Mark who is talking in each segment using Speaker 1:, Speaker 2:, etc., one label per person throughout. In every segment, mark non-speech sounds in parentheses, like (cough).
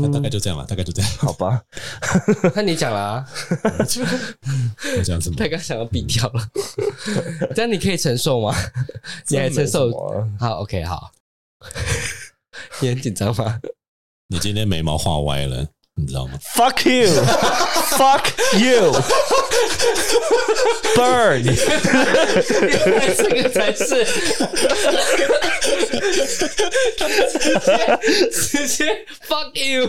Speaker 1: 那大
Speaker 2: 嗯，
Speaker 1: 概就这样了，大概就这样。
Speaker 3: 好吧，
Speaker 2: (laughs) 那你讲了 (laughs) 啊，
Speaker 1: 我讲什么？
Speaker 2: 他刚想要毙掉了， (laughs) 这样你可以承受
Speaker 3: (laughs)
Speaker 2: 吗？ (laughs) 你还
Speaker 3: 真
Speaker 2: 承
Speaker 3: 没什
Speaker 2: 受？
Speaker 3: 么啊
Speaker 2: 好，OK，好。 (laughs) 你很紧张
Speaker 3: (laughs)
Speaker 2: 吗？
Speaker 1: 你今天眉毛画歪了，你知道吗？
Speaker 3: ？Fuck you，fuck you，bird，
Speaker 2: 这个才是 (laughs) 直接直接 fuck you！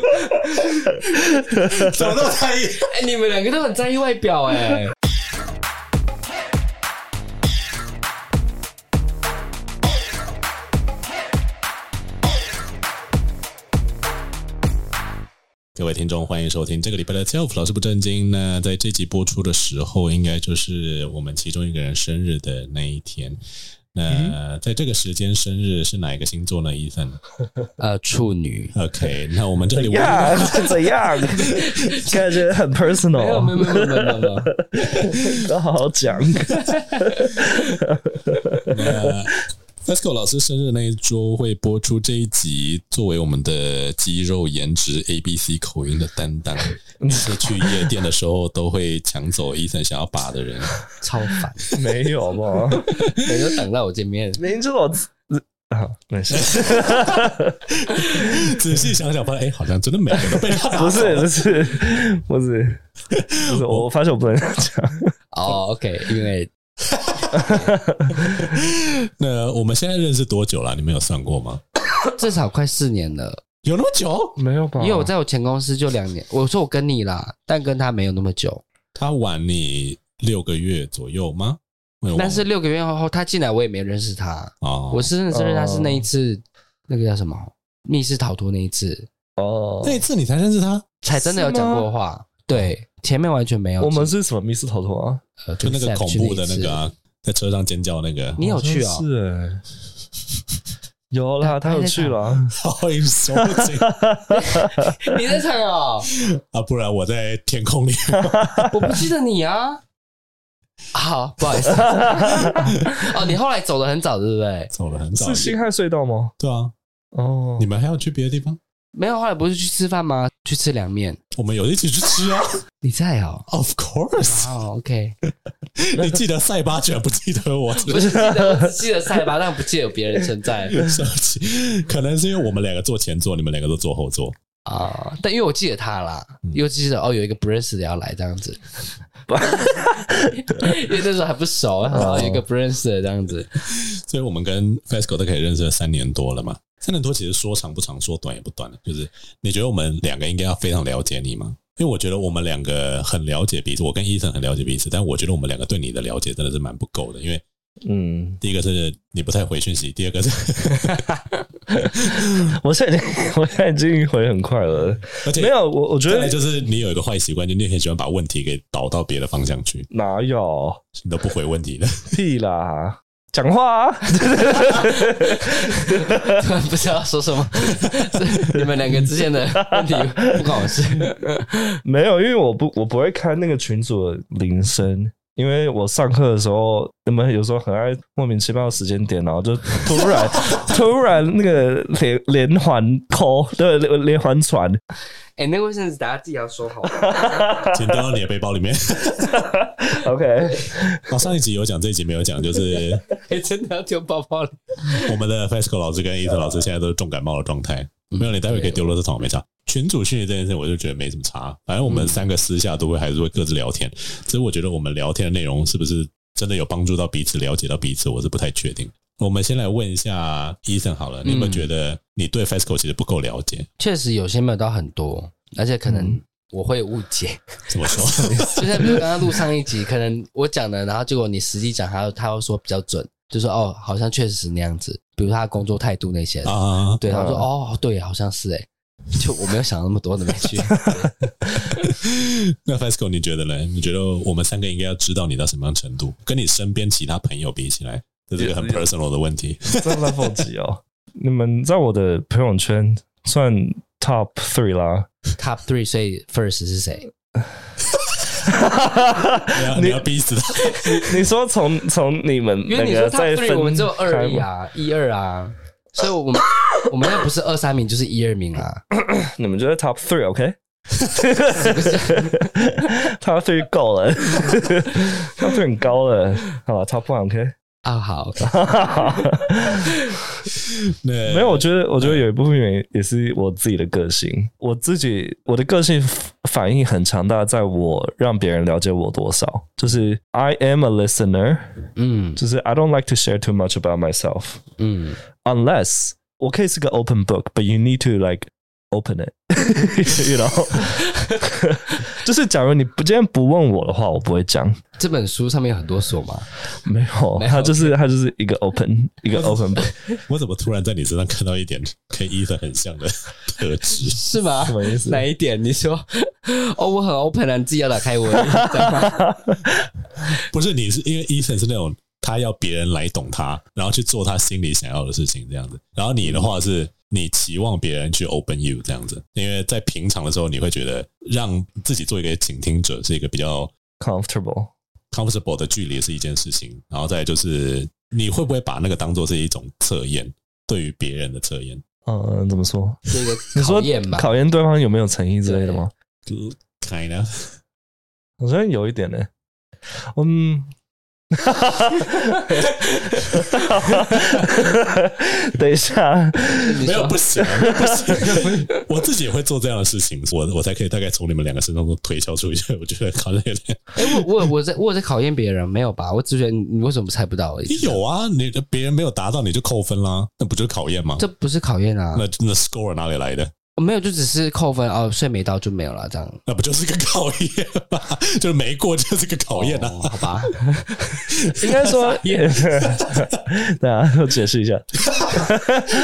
Speaker 1: (laughs) 怎么那么在意？
Speaker 2: 哎、你们两个都很在意外表哎、
Speaker 1: 各位听众，欢迎收听这个礼拜的 Self 老师不正经。那在这集播出的时候，应该就是我们其中一个人生日的那一天。那在这个时间生日是哪一个星座呢？伊 (laughs) 森
Speaker 2: 呃，处女。
Speaker 1: ，OK，那我们 (laughs) 这里
Speaker 3: 怎
Speaker 1: 我
Speaker 3: 样？怎 (laughs) 样？感觉很
Speaker 2: 没有没有
Speaker 3: personal，
Speaker 2: 没有没有没有没有，
Speaker 3: 要好好讲。
Speaker 1: 那 FESCO 老师生日那一周会播出这一集，作为我们的肌肉颜值 A B C 口音的担 (laughs) 当，是去夜店的时候都会抢走伊森想要把的人。
Speaker 2: 超烦，
Speaker 3: (laughs) 没有嘛？
Speaker 2: 每都等到我见面。
Speaker 3: 明明就是我自啊，没事， (laughs)
Speaker 1: (laughs) 仔细想想，发现哎、好像真的每个都被 (laughs) 他
Speaker 3: 不是不是不是不是，我发现我不能讲。
Speaker 2: 哦、o k 因为
Speaker 1: 那我们现在认识多久了？你们有算过吗？
Speaker 2: 至少快四年了，
Speaker 1: 有那么久？
Speaker 3: 没有吧
Speaker 2: 因为我在我前公司就两年。我说我跟你啦，但跟他没有那么久。
Speaker 1: 他晚你六个月左右吗？我有忘了
Speaker 2: 但是六个月后他进来，我也没认识他。
Speaker 1: 哦，
Speaker 2: 我是认识他是那一次、那个叫什么密室逃脱那一次，
Speaker 3: 哦
Speaker 1: 那一次你才认识他，
Speaker 2: 才真的有讲过
Speaker 1: 哦
Speaker 2: 话。对，前面完全没有。
Speaker 3: 我们是什么密室逃脱啊？
Speaker 2: 呃
Speaker 1: 就那个
Speaker 2: Sam
Speaker 1: 恐
Speaker 2: 去
Speaker 1: 怖的
Speaker 2: 一
Speaker 1: 那
Speaker 2: 次
Speaker 1: 个、啊，在车上尖叫那个，
Speaker 2: 你有去啊、
Speaker 3: 好像是哎，有啦，
Speaker 2: 他
Speaker 3: 他有去了。
Speaker 1: (laughs) 好影收
Speaker 2: (laughs)
Speaker 1: 紧
Speaker 2: 你在场
Speaker 1: (laughs)
Speaker 2: 哦，
Speaker 1: 啊！不然我在天空里。
Speaker 2: 我不记得你啊。好，不好
Speaker 1: (laughs)
Speaker 2: 意思。哦，你后来走的很早，对不对？
Speaker 1: 走了很早
Speaker 3: 是
Speaker 1: 一
Speaker 3: 星
Speaker 1: 点，
Speaker 3: 汉隧道吗？
Speaker 1: 对啊，
Speaker 3: 哦
Speaker 1: 你，们还要去别的地方？
Speaker 2: 没有，后来不是去吃饭吗？去吃凉面。
Speaker 1: 我们有一起去吃啊
Speaker 2: 你在哦。
Speaker 1: (laughs) ，Of course！
Speaker 2: 哦，OK，
Speaker 1: 你记得塞巴，居然不记得我，
Speaker 2: 不是记得我只记得塞巴，但不记得有别人存 (laughs) 在
Speaker 1: 生气。可能是因为我们两个坐前座，你们两个都坐后座。
Speaker 2: 啊、但因为我记得他啦，又记得哦，有一个不认识的要来这样子， (laughs) 因为那时候还不熟，然后有一个不认识的这样子，
Speaker 1: 所以我们跟 FESCO 都可以认识了三年多了嘛。三年多其实说长不长，说短也不短了。就是你觉得我们两个应该要非常了解你吗？因为我觉得我们两个很了解彼此，我跟伊森很了解彼此，但我觉得我们两个对你的了解真的是蛮不够的。因为
Speaker 3: 嗯，
Speaker 1: 第一个是你不太回讯息，第二个是 (laughs)
Speaker 3: 我现在已经， (laughs) 我现在已经回很快了。
Speaker 1: 而且
Speaker 3: 没有，我我觉
Speaker 1: 再来
Speaker 3: 得
Speaker 1: 就是你有一个坏习惯，就你很喜欢把问题给导到别的方向去，
Speaker 3: 哪有
Speaker 1: 你都不回问
Speaker 3: (laughs)
Speaker 1: 题的。
Speaker 3: 屁啦，讲话啊！ (laughs)
Speaker 2: 突然不知道说什么， (laughs) 你们两个之间的问题不关我事。
Speaker 3: 没有，因为我不我不会看那个群组的铃声，因为我上课的时候，你们有时候很爱莫名其妙的时间点，然后就
Speaker 2: (laughs)
Speaker 3: 突然突然那个连连环 call，对，连连环传，
Speaker 2: (laughs) 哎、那个卫生纸大家自己要收好。
Speaker 1: 请丢到你的背包里面。
Speaker 3: OK，
Speaker 1: 哦，上一集有讲，这一集没有讲，就是
Speaker 2: (laughs) 哎、真的要丢包包了。
Speaker 1: (laughs) 我们的 FESCO 老师跟 Ethan 老师现在都是重感冒的状态。没有，你待会可以丢垃圾桶，没差。群主训练这件事，我就觉得没什么差。反正我们三个私下都会还是会各自聊天，只是我觉得我们聊天的内容是不是真的有帮助到彼此、了解到彼此，我是不太确定。我们先来问一下 Ethan 好了，你有没有
Speaker 2: 嗯
Speaker 1: 觉得你对 FESCO 其实不够了解？
Speaker 2: 确实有些没有到很多，而且可能
Speaker 3: 嗯
Speaker 2: 我会误解。
Speaker 1: 怎么说？
Speaker 2: (laughs) 就像比如刚刚录上一集，可能我讲的，然后结果你实际讲，他他会说比较准，就说哦，好像确实是那样子。比如他的工作态度那些的，
Speaker 1: (laughs) 啊，
Speaker 2: 对，他说
Speaker 3: 嗯
Speaker 2: 哦，对，好像是哎、就我没有想那么多的没去。
Speaker 1: 那 FESCO 你觉得呢？你觉得我们三个应该要知道你到什么样程度，跟你身边其他朋友比起来，这是一个很
Speaker 3: 也
Speaker 1: personal 的问题。
Speaker 3: 真的否极哦！你们在我的朋友圈算 top three 啦，
Speaker 2: Top three，所以 first 是谁？
Speaker 1: 你要啊你要逼死他！
Speaker 3: 你说从从你们
Speaker 2: 因为
Speaker 3: 那
Speaker 2: 你说
Speaker 3: 个
Speaker 2: Top
Speaker 3: 再
Speaker 2: three，
Speaker 3: 分，
Speaker 2: 我们只有二而已，啊，一二啊，所以我们我们又不是二三名就是一二名啊，
Speaker 3: 你们就在 top (laughs) three，OK？Top three 够了 (laughs) ，Top three 很高了，好吧，Top one，OK？
Speaker 2: 啊好，
Speaker 1: 那
Speaker 3: (laughs) 没有，我觉得，我觉得有一部分原因也是我自己的个性，我自己我的个性反应很强大，在我让别人了解我多少，就是 I am a listener，
Speaker 2: 嗯
Speaker 3: 就是 I don't like to share too much about myself。
Speaker 2: 嗯
Speaker 3: unless 我可以是个 open book, but you need to like open it. (laughs) you know，就是假如你不今天不问我的话，我不会讲。
Speaker 2: 这本书上面有很多锁嘛，
Speaker 3: 没有，
Speaker 2: 没有
Speaker 3: 它就是它就是一个 open 一个 open book，
Speaker 1: 我怎么突然在你身上看到一点跟 Ethan 很像的特
Speaker 2: (laughs)
Speaker 1: 质？
Speaker 2: 是吗？
Speaker 3: 什么意思
Speaker 2: 哪一点？你说 (laughs) 哦，我很 open 啊，你自己要打开我，这样吗
Speaker 1: 不是，你是因为 Ethan 是那种他要别人来懂他，然后去做他心里想要的事情这样子。然后你的话是你期望别人去 open you 这样子，因为在平常的时候你会觉得让自己做一个倾听者是一个比较
Speaker 3: comfortable。
Speaker 1: comfortable 的距离是一件事情，然后再来就是你会不会把那个当做是一种测验，对于别人的测验，
Speaker 3: 嗯，怎么说？
Speaker 2: 这个
Speaker 3: 你说
Speaker 2: 考验嘛，
Speaker 3: 考验对方有没有诚意之类的吗？
Speaker 1: 嗯，kind of
Speaker 3: 好像有一点呢、嗯。 (laughs) 等一下，
Speaker 2: 你
Speaker 1: 没有
Speaker 2: 说
Speaker 1: 不行
Speaker 2: (laughs)
Speaker 1: 不行，我自己也会做这样的事情，我我才可以大概从你们两个身上都推敲出一些，我觉得好像有点
Speaker 2: 哎、我我我在我有在考验别人没有吧？我只觉得你你为什么猜不到而已？
Speaker 1: 你有啊，你的别人没有达到你就扣分啦，那不就是考验吗？
Speaker 2: 这不是考验啊，
Speaker 1: 那那 score 哪里来的？
Speaker 2: 没有就只是扣分哦，睡没到就没有了这样。
Speaker 1: 那不就是个考验吗？ (laughs) 就是没过就是个考验啊！
Speaker 2: 哦好吧， (laughs)
Speaker 3: 应该说， (laughs) 对啊，我解释一下，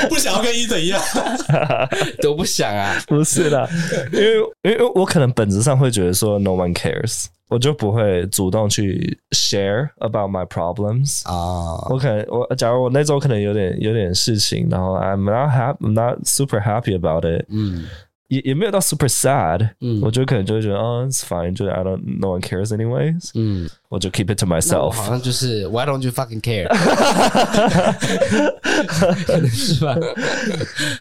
Speaker 1: 不想要跟伊森一样，啊
Speaker 2: 都不想啊。
Speaker 3: (laughs) 不是啦，因为因为我可能本质上会觉得说 no one cares，我就不会主动去 share about my problems。
Speaker 2: 啊，
Speaker 3: 我可能我假如我那周可能有点有点事情，然后 I'm not happy, I'm not super happy about it，
Speaker 2: 嗯
Speaker 3: 也也没有到 super sad，
Speaker 2: 嗯
Speaker 3: 我就可能就会觉得哦、it's fine，就是 I don't no one cares anyways，
Speaker 2: 嗯，
Speaker 3: 我就 keep it to
Speaker 2: 那我
Speaker 3: myself。
Speaker 2: 好像就是 Why don't you fucking
Speaker 3: (laughs)
Speaker 2: care？可能是吧？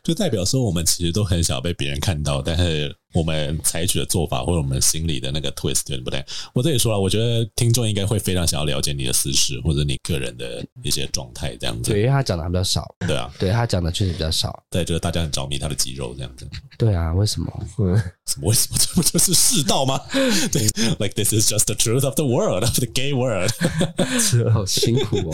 Speaker 1: 就代表说我们其实都很想被别人看到，但是我们采取的做法或者我们心里的那个 twist 对不对？我这里说了，我觉得听众应该会非常想要了解你的私事或者你个人的一些状态，这样子
Speaker 2: 对，因为他讲的还比较少，
Speaker 1: 对啊。
Speaker 2: 对他讲的确实比较少。
Speaker 1: 再就是大家很着迷他的肌肉这样子，
Speaker 2: 对啊，为什么？
Speaker 3: 嗯
Speaker 1: 什么为什么 (laughs) 这不就是世道吗？对，like this is just the truth of the world of the gay world。 (laughs)
Speaker 2: 好辛苦哦。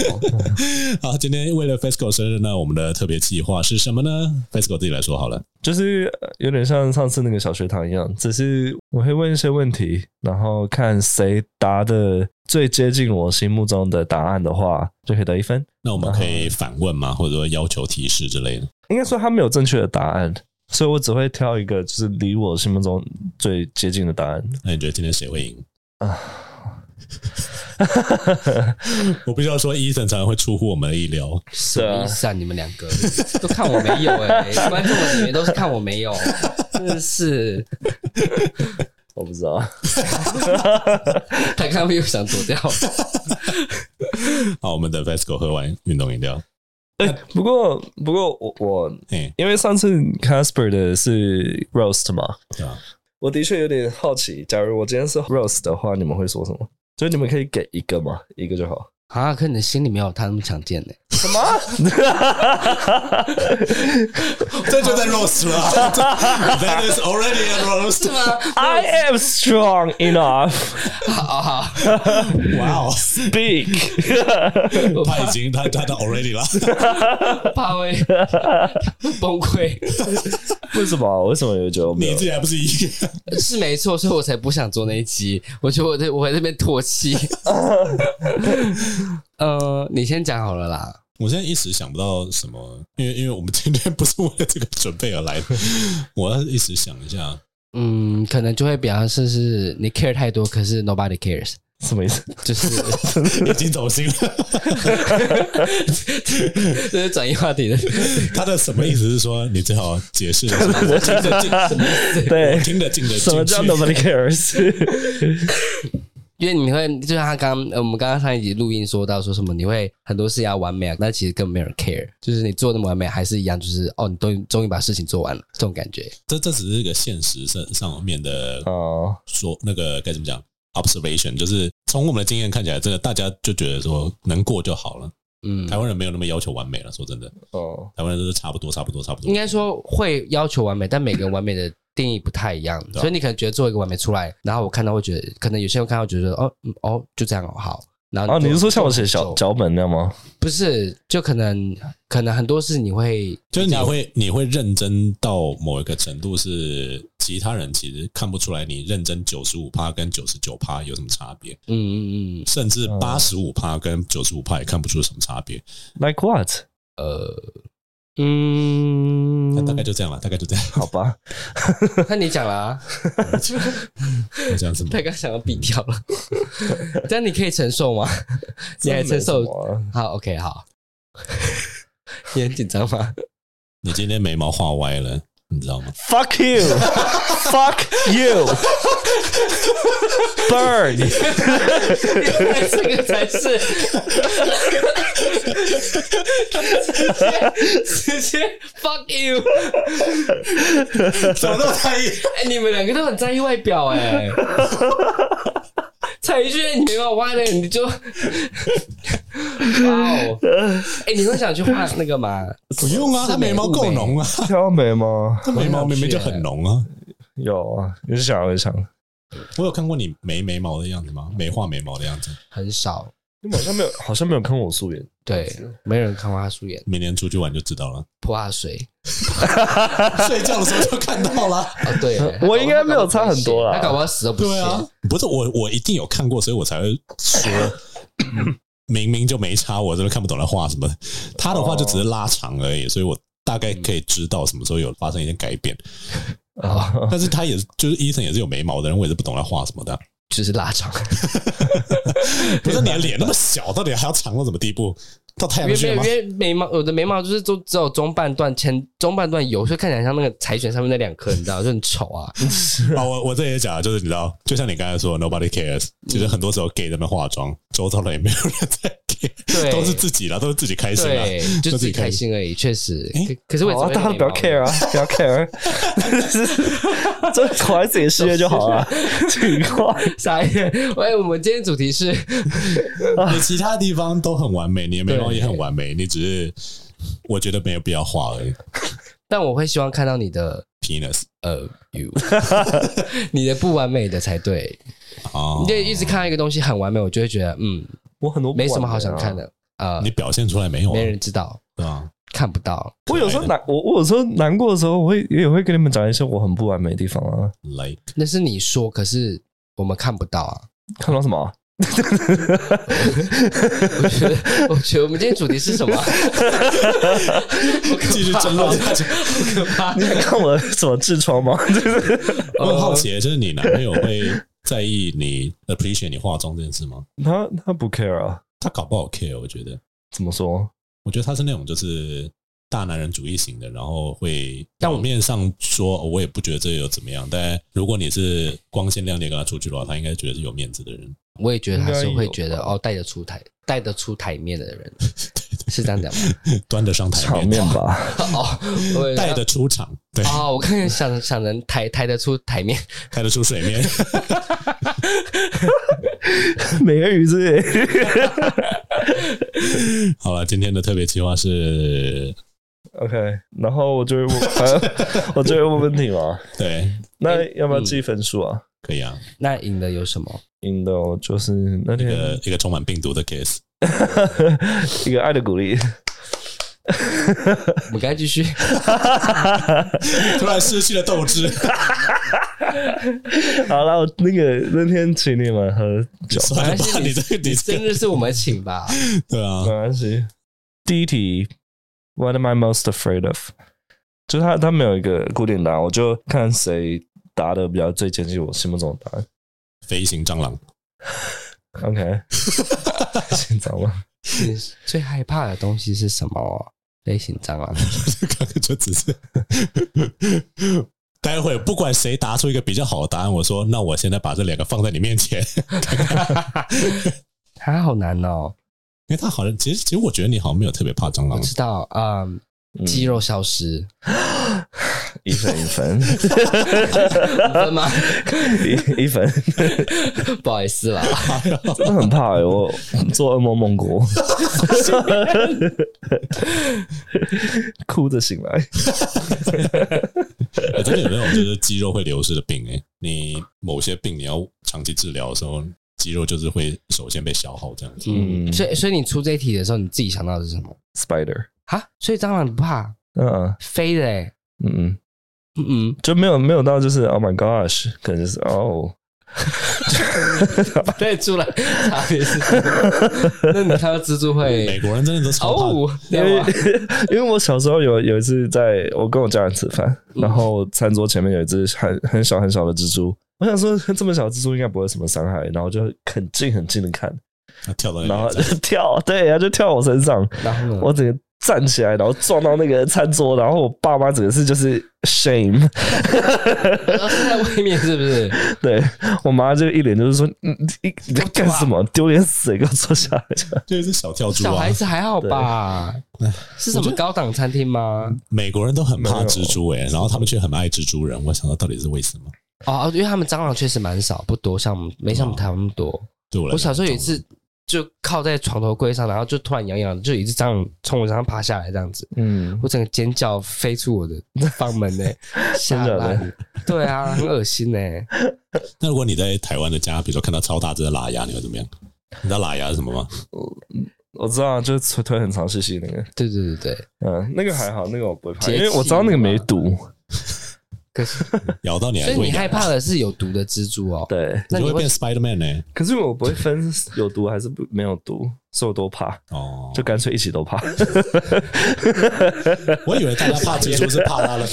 Speaker 1: 好，今天为了 FESCO 生日呢，我们的特别计划是什么呢？FESCO 自己来说好了。
Speaker 3: 就是呃有点像上次那个小学堂一样，只是我会问一些问题，然后看谁答的最接近我心目中的答案的话，就可以得一分。
Speaker 1: 那我们可以反问吗？或者说要求提示之类的？
Speaker 3: 应该说他没有正确的答案，所以我只会挑一个就是离我心目中最接近的答案
Speaker 1: 那你觉得今天谁会赢？
Speaker 3: 啊。
Speaker 1: (laughs) 我必须要说，医生常常会出乎我们的意料。
Speaker 2: 什么意思啊？你们两个 (laughs) 都看我没有哎、 (laughs) 观众们你们都是看我没有，真的是。
Speaker 3: 我不知道，
Speaker 2: 他刚刚又想躲掉，
Speaker 1: 好，我们等 FESCO 喝完运动饮料。
Speaker 3: 不过不过我我
Speaker 1: 哎、
Speaker 3: 因为上次 Casper 的是 roast 嘛，
Speaker 1: 对吧？
Speaker 3: 我的确有点好奇，假如我今天是 roast 的话，你们会说什么？所以你们可以给一个吗？一个就好。
Speaker 2: (laughs) 啊，可你的心里没有他那么强健呢、欸
Speaker 3: 什么
Speaker 1: 这就在 roast 了。That is already a roast。
Speaker 3: (laughs) ？I am strong enough.
Speaker 2: 好好好，
Speaker 1: 哇哦，
Speaker 3: Big.
Speaker 2: 我
Speaker 1: 他已经他他他 already 了。
Speaker 2: 怕会 (laughs) 崩溃，
Speaker 3: 为什么？为什么有觉得我
Speaker 1: (laughs) 你
Speaker 3: 没有 (laughs)
Speaker 1: 自？己还不是一个？
Speaker 2: 是没错，所以我才不想做那一集。我觉得我在我在这边唾弃。 (laughs) 呃，你先讲好了啦。
Speaker 1: 我现在一时想不到什么，因为因为我们今天不是为了这个准备而来的。我要一时想一下。
Speaker 2: 嗯，可能就会比方说是你 care 太多，可是 nobody cares，
Speaker 3: 什么意 (laughs) 思？
Speaker 2: 就是 (laughs)
Speaker 1: 已经走心了。
Speaker 2: 这是转移话题的。
Speaker 1: 他的什么意思是说，你最好解释一下，我听得进，
Speaker 3: 对
Speaker 1: 我，听得进的进去。
Speaker 3: (laughs) 什么叫 nobody cares？
Speaker 2: 因为你会就像他刚呃我们刚刚上一集录音说到说什么，你会很多事要完美啊，但其实根本没有人 care，就是你做那么完美还是一样，就是哦，你终终于把事情做完了这种感觉。
Speaker 1: 这这只是一个现实上上面的
Speaker 3: 哦，
Speaker 1: 说那个该怎么讲 observation，就是从我们的经验看起来，真的大家就觉得说能过就好了。
Speaker 2: 嗯
Speaker 1: 台，湾人没有那么要求完美了，说真的，
Speaker 3: 哦，
Speaker 1: 台湾人都是差不多，差不多，差不多
Speaker 2: 应。该说会要求完美，但每个人完美的定义不太一样，
Speaker 1: 啊
Speaker 2: 所以你可能觉得做一个完美出来，然后我看到会觉得，可能有些人看到觉得哦嗯哦就这样哦好，然后
Speaker 3: 哦，你
Speaker 2: 就是
Speaker 3: 说像我写
Speaker 2: 就
Speaker 3: 小脚本那样吗？
Speaker 2: 不是，就可能可能很多事你会
Speaker 1: 就是你会你会认真到某一个程度，是其他人其实看不出来你认真九十五趴跟九十九趴有什么差别，
Speaker 2: 嗯嗯嗯
Speaker 1: 甚至
Speaker 3: 嗯
Speaker 1: 八十五趴跟九十五趴也看不出什么差别。
Speaker 3: Like what？
Speaker 1: 那
Speaker 2: 嗯，
Speaker 1: 大概就这样了，大概就这样。
Speaker 3: 好吧，
Speaker 2: 那你讲啦、 (laughs)
Speaker 1: 我这样子吗
Speaker 2: 他刚想要毙掉了，这样你可以承受吗？你还承
Speaker 3: (laughs) 真的没什
Speaker 2: 受？
Speaker 3: 么啊
Speaker 2: 好，OK，好。 (laughs) 你很紧张吗？
Speaker 1: 你今天眉毛画歪了，你知道 (laughs) 吗？
Speaker 3: ？Fuck you！Fuck you！Bird！
Speaker 2: 原来这个才是直接直接 fuck you！
Speaker 1: 怎么那么在意？
Speaker 2: 哎、你们两个都很在意外表哎、蔡依轩，你眉毛歪了，你就哇哦！哎、你会想去画那个吗？
Speaker 1: 不用啊，
Speaker 2: 是
Speaker 1: 他眉毛够浓啊，
Speaker 3: 挑眉吗？
Speaker 1: 他眉毛明明就很浓啊。
Speaker 3: 有啊，你是想一想，
Speaker 1: 我有看过你没眉毛的样子吗？没画眉毛的样子。
Speaker 2: 很少，
Speaker 3: 你好像没有，好像没有看我素颜。
Speaker 2: 对，没人看过他素颜，
Speaker 1: 明年出去玩就知道了。
Speaker 2: 泼他水。
Speaker 1: (laughs) 睡觉的时候就看到了。
Speaker 2: (laughs) 哦，对，
Speaker 3: 我应该没有差很多啦
Speaker 2: 他搞不好死都不
Speaker 1: 对
Speaker 2: 信。
Speaker 1: 啊，不是我，我一定有看过，所以我才会说， (coughs) 明明就没差，我真的看不懂他画什么。他的话就只是拉长而已，所以我大概可以知道什么时候有发生一些改 (laughs) 变。
Speaker 3: 啊，
Speaker 1: 但是他也就是医生也是有眉毛的人，我也是不懂他画什么的。 (laughs)
Speaker 2: 就是拉长，
Speaker 1: 不是你的脸那么小，到底还要长到什么地步？到太
Speaker 2: 因 (laughs)
Speaker 1: 阳
Speaker 2: 为
Speaker 1: 穴
Speaker 2: 因
Speaker 1: 哎吗？
Speaker 2: 为眉毛，我的眉毛就是都只有中半段前中半段有，所以看起来像那个柴犬上面那两颗，你知道，就很丑啊。
Speaker 1: 啊，我我这也讲，就是你知道，就像你刚才说，nobody cares，其实很多时候 gay 在那边化妆，周遭的也没有人在 care，
Speaker 2: (laughs) 对
Speaker 1: 都是自己啦，都是自己开心啦。
Speaker 2: 对，就自己开心而已，确实。
Speaker 1: 诶
Speaker 2: 可 (laughs) 可是我也
Speaker 3: 好
Speaker 2: 只会
Speaker 3: 啊大家都不要
Speaker 2: 眉毛
Speaker 3: care 啊，不要 care，就活在自己的世界就
Speaker 2: (laughs)
Speaker 3: 好了。啊奇怪，
Speaker 2: 傻眼！喂，我们今天主题是
Speaker 1: 你其他地方都很完美，你的眉毛也很完美，你只是我觉得没有必要画而已。
Speaker 2: 但我会希望看到你的
Speaker 1: penis
Speaker 2: 呃，you，你的不完美的才对。
Speaker 1: 啊
Speaker 2: 你，就一直看到一个东西很完美，我就会觉得嗯，
Speaker 3: 我很多不
Speaker 2: 没什么
Speaker 3: 完美
Speaker 2: 好想
Speaker 3: 啊
Speaker 2: 看。的。呃
Speaker 1: 你，表现出来没有啊
Speaker 2: 没？人知道，
Speaker 1: 对啊，
Speaker 2: 看不到。
Speaker 3: 我有时候难，我我有时候难过的时候，我会也会跟你们讲一些我很不完美的地方啊。
Speaker 1: 来，
Speaker 2: 那是你说，可是我们看不到啊。 (laughs)
Speaker 3: 看到什么？
Speaker 2: 我觉得，我觉得我们今天主题是什么？
Speaker 1: (laughs) 继续争
Speaker 2: (laughs)
Speaker 1: 论下去。
Speaker 2: 好可怕！
Speaker 3: 你想看我的什么痔疮吗？
Speaker 1: 我很
Speaker 2: 哦
Speaker 1: 好奇，就是你男朋友会在意你 appreciate 你化妆这件事吗？
Speaker 3: (laughs) 他他不 care 啊？
Speaker 1: 他搞不好 care，我觉得，
Speaker 3: 怎么说？
Speaker 1: 我觉得他是那种就是大男人主义型的，然后会表面上说、哦我也不觉得这有怎么样，但如果你是光鲜亮丽跟他出去的话，他应该觉得是有面子的人。 (laughs)
Speaker 2: 我也觉得他是
Speaker 3: 应该
Speaker 2: 会
Speaker 3: 有
Speaker 2: 觉得
Speaker 3: 吧
Speaker 2: 哦，带得出台，带得出台面的人，是这样讲吗？
Speaker 1: 端得上台
Speaker 3: 场面吧， (laughs)
Speaker 2: 哦，我
Speaker 1: 带得出场，对，
Speaker 2: 哦，我刚才想想能抬抬得出台面，
Speaker 1: 带得出水 (laughs) 面。
Speaker 3: 美人鱼之类。
Speaker 1: 好了，今天的特别计划是，
Speaker 3: OK，然后我就会问，反正我就会问问题嘛。
Speaker 1: 对，
Speaker 3: 那
Speaker 2: 哎嗯
Speaker 3: 要不要记分数啊？
Speaker 1: 可以啊，
Speaker 2: 那赢了有什么？
Speaker 3: 赢的我就是那
Speaker 1: 一
Speaker 3: 天
Speaker 1: 个一个充满病毒的 case，
Speaker 3: 一个爱的鼓励。
Speaker 2: 我们赶紧继
Speaker 1: (laughs)
Speaker 2: 续。
Speaker 1: 突然失去了斗 (laughs) 志，
Speaker 3: 好了，我那个那天请你们喝酒，
Speaker 1: 算了吧，你这个你这
Speaker 2: 生
Speaker 1: 个，
Speaker 2: 日是我们请吧？
Speaker 1: 对啊
Speaker 3: 没，关系。第一题，What am I most afraid of？就是他他没有一个固定答案，我就看谁答的比较最接近我心目中的答案。
Speaker 1: 飞行蟑螂， (laughs)
Speaker 3: (laughs) OK，先找吧。
Speaker 2: 你最害怕的东西是什么？类型蟑螂？
Speaker 1: 刚刚就只是 (laughs) 待会不管谁答出一个比较好的答案，我说那我现在把这两个放在你面前， (laughs)
Speaker 2: 它好难哦。
Speaker 1: 因为他好像其实其实我觉得你好像没有特别啊怕蟑
Speaker 2: 我
Speaker 1: (laughs) 螂，
Speaker 2: 知道，嗯，肌肉消失，
Speaker 3: 一分一分，
Speaker 2: 五分吗？
Speaker 3: (laughs) 一一分，
Speaker 2: (laughs) 不好意思啦，
Speaker 3: 真的很怕、欸、我做噩梦梦过， (laughs) 哭着醒来。
Speaker 1: 欸真的有那种就是肌肉会流失的病哎、你某些病你要长期治疗的时候，肌肉就是会首先被消耗这样子。
Speaker 2: 嗯，
Speaker 3: 嗯
Speaker 2: 所以所以你出这一题的时候，你自己想到的是什么？
Speaker 3: Spider，
Speaker 2: 哈，所以蟑螂你不怕
Speaker 3: 嗯
Speaker 2: 飞的、欸？
Speaker 3: 嗯嗯，
Speaker 2: 嗯
Speaker 3: 就没有没有到就是 Oh my gosh，可能就是哦，
Speaker 2: 嗯，对，出
Speaker 1: (laughs)
Speaker 2: 来差别是什么？那你看到蜘蛛
Speaker 1: 美
Speaker 2: 会
Speaker 1: 国人真的都超怕，
Speaker 2: 哦，
Speaker 3: 因
Speaker 2: 对
Speaker 3: 为 (laughs)
Speaker 2: 吗？
Speaker 3: 因为我小时候有有一次在我跟我家人吃饭，然后餐桌前面有一只很很小很小的蜘蛛，我想说这么小的蜘蛛应该不会有什么伤害，然后就很 (laughs) 近很近的看，
Speaker 1: 他跳到你
Speaker 3: 然后
Speaker 1: 脸
Speaker 3: 就
Speaker 1: (laughs) 上，
Speaker 3: 跳，对，他就跳我身上，
Speaker 2: 然后呢？
Speaker 3: 我整个站起来，然后撞到那个餐桌，然后我爸妈整个是就是 shame， (laughs)
Speaker 2: 然后是在外面是不
Speaker 1: (laughs)
Speaker 2: 是？
Speaker 3: 对我妈就一脸就是说你你你在干什么，丢脸死了，给我坐下来。
Speaker 1: 这是小跳蛛
Speaker 2: 小
Speaker 1: 啊
Speaker 2: 孩！子还好吧？是什么高档餐厅吗？
Speaker 1: 美国人都很
Speaker 3: 没
Speaker 1: 怕
Speaker 3: 有
Speaker 1: 蜘蛛哎、然后他们却很爱蜘蛛人。我想到到底是为什么？
Speaker 2: 哦，因为他们蟑螂确实蛮少，不多，像我们没像我们台湾那么多。
Speaker 1: 对我来
Speaker 2: 我
Speaker 1: 讲
Speaker 2: 小时候有一次就靠在床头柜上，然后就突然痒痒的，就有一只蟑螂从我身上爬下来，这样子，
Speaker 3: 嗯，
Speaker 2: 我整个尖叫飞出我的房门呢、
Speaker 1: (laughs)
Speaker 2: 吓
Speaker 3: 真的假
Speaker 2: 烂。对啊，很恶心呢、
Speaker 1: 那如果你在台湾的家，比如说看到超大只的喇牙，你会怎么样？你知道喇牙是什么吗？
Speaker 3: 我知道，就是腿腿很长细细那个，
Speaker 2: 对对对对，
Speaker 3: 嗯，那个还好，那个我不会怕，
Speaker 2: 节
Speaker 3: 因为我
Speaker 2: 气
Speaker 3: 知道那个
Speaker 2: 嘛
Speaker 3: 没毒，
Speaker 2: 可是
Speaker 1: 咬到你
Speaker 2: 所
Speaker 1: 还
Speaker 2: 以
Speaker 1: 会
Speaker 2: 你
Speaker 1: 痒
Speaker 2: 害怕的是有毒的蜘蛛哦。
Speaker 3: 对。
Speaker 2: 那
Speaker 1: 你
Speaker 2: 你
Speaker 1: 就会
Speaker 2: 会
Speaker 1: 变欸 Spider Man 呢、
Speaker 3: 可是我不会分有毒还是不没有毒，所以我都怕，
Speaker 2: (laughs)
Speaker 1: 哦
Speaker 3: 就，干脆一起都怕。
Speaker 1: 我以为大家怕蜘蛛是怕它的，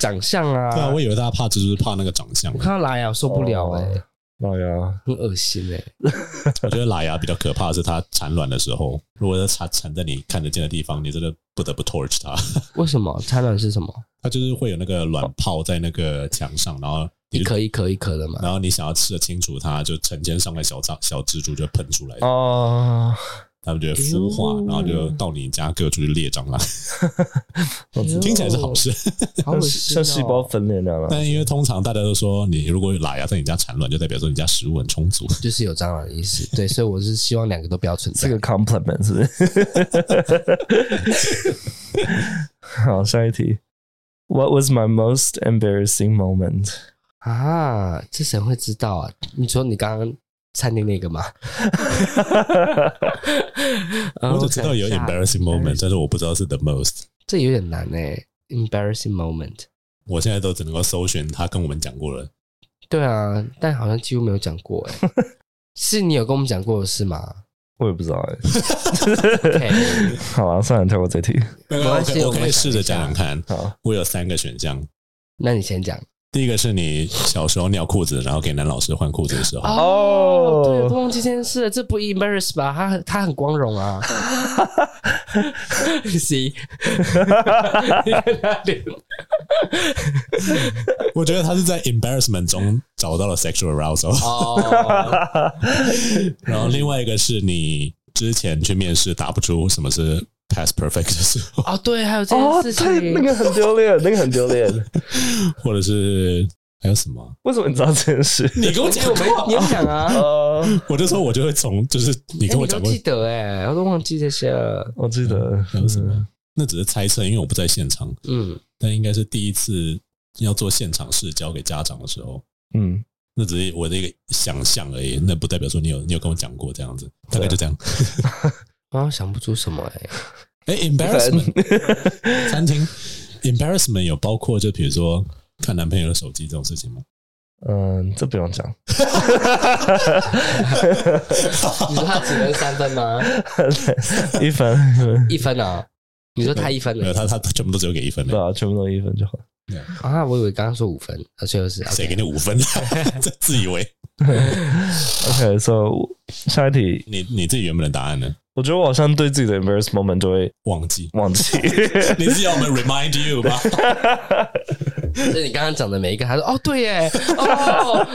Speaker 2: 长相
Speaker 1: 对啊，
Speaker 2: 啊
Speaker 1: 我？以为大家怕蜘蛛是怕那个长相
Speaker 2: 我。看到拉牙我受不了哎、
Speaker 3: 哦老呀，
Speaker 2: 很恶心哎、
Speaker 1: 我觉得喇牙比较可怕的是它产卵的时候，如果它产产在你看得见的地方，你真的不得不 torch 它。
Speaker 2: 为什么？产卵是什么？
Speaker 1: 它就是会有那个卵泡在那个墙上，然后
Speaker 2: 一
Speaker 1: 你就
Speaker 2: 颗一颗一颗的嘛。
Speaker 1: 然后你想要吃的清楚它，就成千上万小蟑小蜘蛛就喷出来，
Speaker 3: 哦，
Speaker 1: 它们就会孵化
Speaker 2: 哎，呦
Speaker 1: 然后就到你家各处去猎蟑螂。
Speaker 3: 我知道
Speaker 1: 听起来是好事，
Speaker 2: 好恶心、哦，
Speaker 3: 像细胞分裂那样啊。
Speaker 1: 但因为通常大家都说，你如果有喇牙在你家产卵，就代表说你家食物很充足。
Speaker 2: 就是有蟑螂的意思。
Speaker 1: (laughs)
Speaker 2: 对，所以我是希望两个都不要存在。
Speaker 3: 这个 compliment 是不是？ (laughs) 好，下一题。What was my most embarrassing moment？
Speaker 2: 啊，这谁会知道啊？你说你刚刚餐厅那个吗？呃
Speaker 1: (laughs) 我只知道有
Speaker 2: 我想一下
Speaker 1: embarrassing moment，但是我不知道是 the most。
Speaker 2: 这有点难哎、e m b a r r a s s i n g moment。
Speaker 1: 我现在都只能够搜寻他跟我们讲过了。
Speaker 2: 对啊，但好像几乎没有讲过哎、是你有跟我们讲过的事吗
Speaker 3: 我也不知道哎、
Speaker 2: ？OK，
Speaker 3: 好了，算了，跳过这题。
Speaker 1: 没
Speaker 2: 关系
Speaker 1: 我
Speaker 2: 我们
Speaker 1: 可以试着
Speaker 2: 想一下
Speaker 1: 讲讲看。
Speaker 3: 好，
Speaker 1: 我有三个选项，
Speaker 2: 那你先讲。
Speaker 1: 第一个是你小时候尿裤子，然后给男老师换裤子的时候，
Speaker 2: 哦
Speaker 3: 哦，
Speaker 2: 对，我都忘记这件事了，这不 embarrass 吧？他他很光荣啊。C，你看他脸
Speaker 1: 我觉得他是在 embarrassment 中找到了 sexual arousal。
Speaker 2: 哦，
Speaker 1: (laughs) 然后另外一个是你之前去面试答不出什么是 past perfect 的时候， (laughs)
Speaker 2: 哦，对，还有这
Speaker 3: 哦，
Speaker 2: 件事情，
Speaker 3: 对，那个很丢脸，那个很丢脸。
Speaker 1: 或者是还有什么？
Speaker 3: 为什么你知道这件事？
Speaker 1: 你跟我讲过， (laughs)
Speaker 2: 你有讲啊？
Speaker 3: 呃，
Speaker 1: 我就说我就会从就是你
Speaker 2: 哎
Speaker 1: 跟我
Speaker 2: 你
Speaker 1: 讲
Speaker 2: 都
Speaker 1: 过
Speaker 2: 记，得哎、我都忘记这些了。
Speaker 3: (laughs) 我记得
Speaker 1: 还有什么？那只是猜测，因为我不在现场，
Speaker 2: 嗯，
Speaker 1: 但应该是第一次要做现场试交给家长的时候。
Speaker 3: 嗯，
Speaker 1: 那只是我的一个想象而已，那不代表说你有你有跟我讲过这样子，大概就这样。
Speaker 2: 我好像想不出什么哎、
Speaker 1: 哎、e m b a r r a s s m e n t 餐厅 embarrassment 有包括就比如说看男朋友的手机这种事情吗？
Speaker 3: 嗯，这不用讲， (laughs)
Speaker 2: 你说他只能三分吗？
Speaker 3: 一分，一分
Speaker 2: 一分啊？你说他一分
Speaker 1: 没有，
Speaker 2: 了
Speaker 1: 他他他全部都只有给一分
Speaker 3: 对
Speaker 1: 的，
Speaker 3: 啊，全部都一分就好。
Speaker 2: 啊？我以为刚刚说五分，啊，最后是
Speaker 1: 谁给你五分？这自以为
Speaker 3: OK，so、下一题，
Speaker 1: 你你自己原本的答案呢？
Speaker 3: 我觉得我好像对自己的 embarrass
Speaker 1: (laughs)
Speaker 3: moment 就会
Speaker 1: 忘记，
Speaker 3: 忘记。
Speaker 1: (laughs) 你自己要我们 remind you 吧。
Speaker 2: 就是你刚刚讲的每一个，他说哦对
Speaker 1: (laughs)
Speaker 2: 耶，哦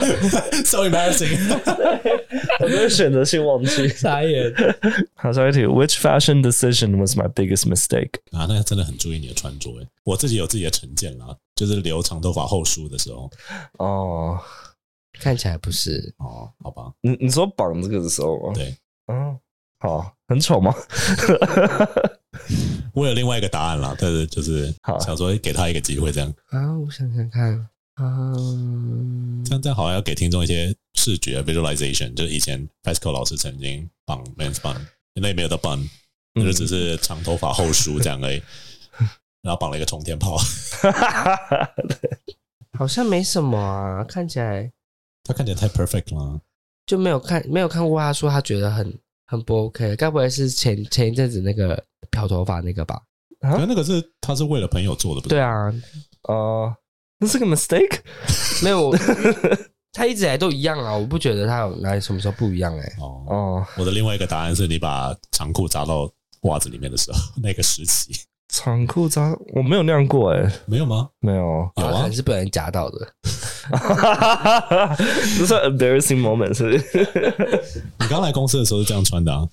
Speaker 1: so embarrassing。
Speaker 3: (laughs) 我都会选择性忘记。
Speaker 2: 傻眼，
Speaker 3: 好，下一题，Which fashion decision was my biggest mistake？
Speaker 1: (laughs) 啊，那真的很注意你的穿着诶。我自己有自己的成见啦，就是留长头发后梳的时候，
Speaker 3: 哦，
Speaker 2: 看起来不是，
Speaker 1: 哦，好吧，
Speaker 3: 你你说绑这个的时候吗？
Speaker 1: 对，
Speaker 3: 嗯，好，很丑 (laughs) 吗？
Speaker 1: 我有另外一个答案啦，但是就是
Speaker 3: 好
Speaker 1: 想说给他一个机会，这样
Speaker 2: 啊，我想想看啊，嗯
Speaker 1: 这样这样好像要给听众一些视觉的 visualization，就是以前 Pascal 老师曾经绑 men's bun，那也没有到 bun，那就只是长头发后梳这样而已，然后绑了一个冲天炮，
Speaker 2: 好像没什么啊，看起来
Speaker 1: 他看起来太 perfect 了。
Speaker 2: 就没有看没有看过他说他觉得很很不 OK，该不会是前前一阵子那个漂头发那个吧？
Speaker 3: 啊
Speaker 1: 可是那个是他是为了朋友做的，不是？
Speaker 2: 对啊，
Speaker 3: 哦， (laughs) 那是个 mistake。
Speaker 2: 没有， (laughs) 我他一直以来都一样啊，我不觉得他有哪里什么时候不一样哎、
Speaker 1: 哦，
Speaker 3: 哦，
Speaker 1: 我的另外一个答案是你把长裤扎到袜子里面的时候，那个时期
Speaker 3: 长裤扎我没有那样过哎、
Speaker 1: 没有吗？，
Speaker 3: 没有
Speaker 1: 有
Speaker 2: 他可
Speaker 1: 啊
Speaker 2: 能，是被人夹到的。
Speaker 3: (laughs) 这算 embarrassing moment 是不是？
Speaker 1: 你刚来公司的时候是这样穿的啊？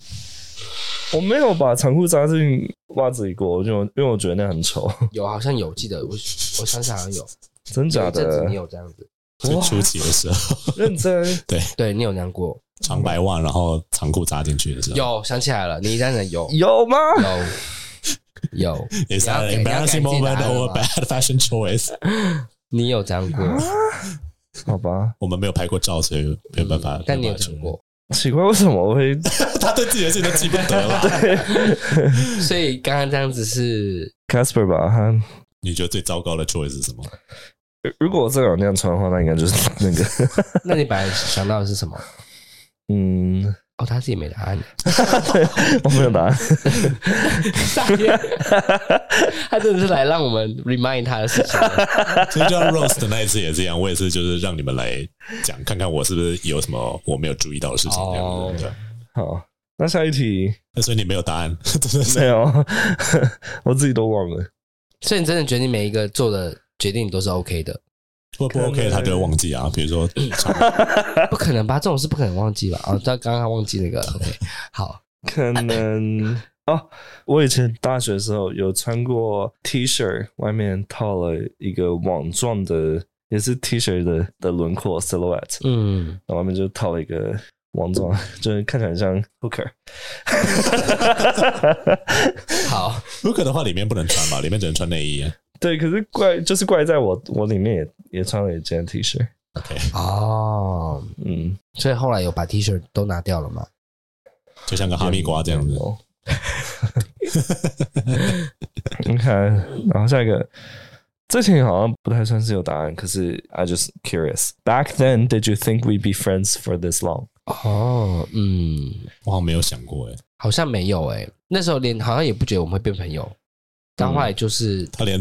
Speaker 3: (laughs) 我没有把长裤扎进袜子里过，我就因为我觉得那很丑， (laughs)
Speaker 2: 有，好像有，记得我我想想好像有，
Speaker 3: 真
Speaker 2: 有
Speaker 3: 假
Speaker 2: 一阵子
Speaker 3: 的
Speaker 2: 你？有这样子，
Speaker 1: 最
Speaker 3: 哇
Speaker 1: 初期的时候，
Speaker 3: 认真
Speaker 2: 对你有那样过，
Speaker 1: 长白袜，然后长裤扎进去的时候，
Speaker 2: 有想起来了，你当然
Speaker 3: (laughs)
Speaker 2: 有
Speaker 3: 有吗？
Speaker 2: 有有，
Speaker 1: It's
Speaker 2: 你要
Speaker 1: an
Speaker 2: 给你要改
Speaker 1: embarrassing
Speaker 2: 进答
Speaker 1: moment
Speaker 2: 案
Speaker 1: or
Speaker 2: 吗
Speaker 1: a bad fashion choice。
Speaker 2: 你有这样过，
Speaker 3: 好吧，
Speaker 1: 我们没有拍过照，所以没有办法。
Speaker 2: 嗯但你
Speaker 1: 没
Speaker 2: 有
Speaker 1: 办法
Speaker 2: 这样过，
Speaker 3: 奇怪，为什么我会
Speaker 1: 说，他对自己的事情都记不得了。
Speaker 2: 所以刚刚这样子是
Speaker 3: Casper 吧？他
Speaker 1: 你觉得最糟糕的 choice 是什么？
Speaker 3: 如果我这两那样穿的话，那应该就是那个， (laughs)
Speaker 2: 那你本来想到的是什么？ (laughs)
Speaker 3: 嗯，
Speaker 2: 哦，他自己没答案，
Speaker 3: 我没有答案。
Speaker 2: 傻眼 (laughs) 他真的是来让我们 remind 他的事情的。 (laughs)
Speaker 1: 所以就像 Rose 的那一次也是一样，我也是就是让你们来讲，看看我是不是有什么我没有注意到的事情这
Speaker 3: 哦
Speaker 1: 样子。对
Speaker 3: 好，那下一题
Speaker 1: 那所以你没有答案，真的是
Speaker 3: 没有， (laughs) 我自己都忘了。
Speaker 2: 所以你真的觉得你每一个做的决定都是 OK 的？
Speaker 1: 会不 OK 他就会忘记啊。比如说，长
Speaker 2: 不可能吧？这种事不可能忘记吧？哦，他刚刚忘记那个。OK，好，
Speaker 3: 可能哦，我以前大学的时候有穿过 T 恤，外面套了一个网状的，也是 T 恤的的轮廓 silhouette，
Speaker 2: 嗯，
Speaker 3: 然后外面就套了一个网状，就是看起来很像 hooker。
Speaker 2: 好，
Speaker 1: 如果的话，里面不能穿嘛，里面只能穿内衣。啊
Speaker 3: 对，可是怪就是怪在我我里面也也穿了一件 T 恤，
Speaker 1: OK，
Speaker 2: 哦，
Speaker 3: 嗯，
Speaker 2: 所以后来有把 T 恤都拿掉了吗？
Speaker 1: 就像个哈密瓜这样子。
Speaker 3: 哦。 (laughs) 你看，然后下一个，这题好像不太算是有答案，可是 I just curious. Back then, did you think we'd be friends for this long？
Speaker 2: 哦，嗯，
Speaker 1: 我好像没有想过，哎，
Speaker 2: 好像没有诶、那时候连好像也不觉得我们会变朋友，但后来就是、
Speaker 1: 他连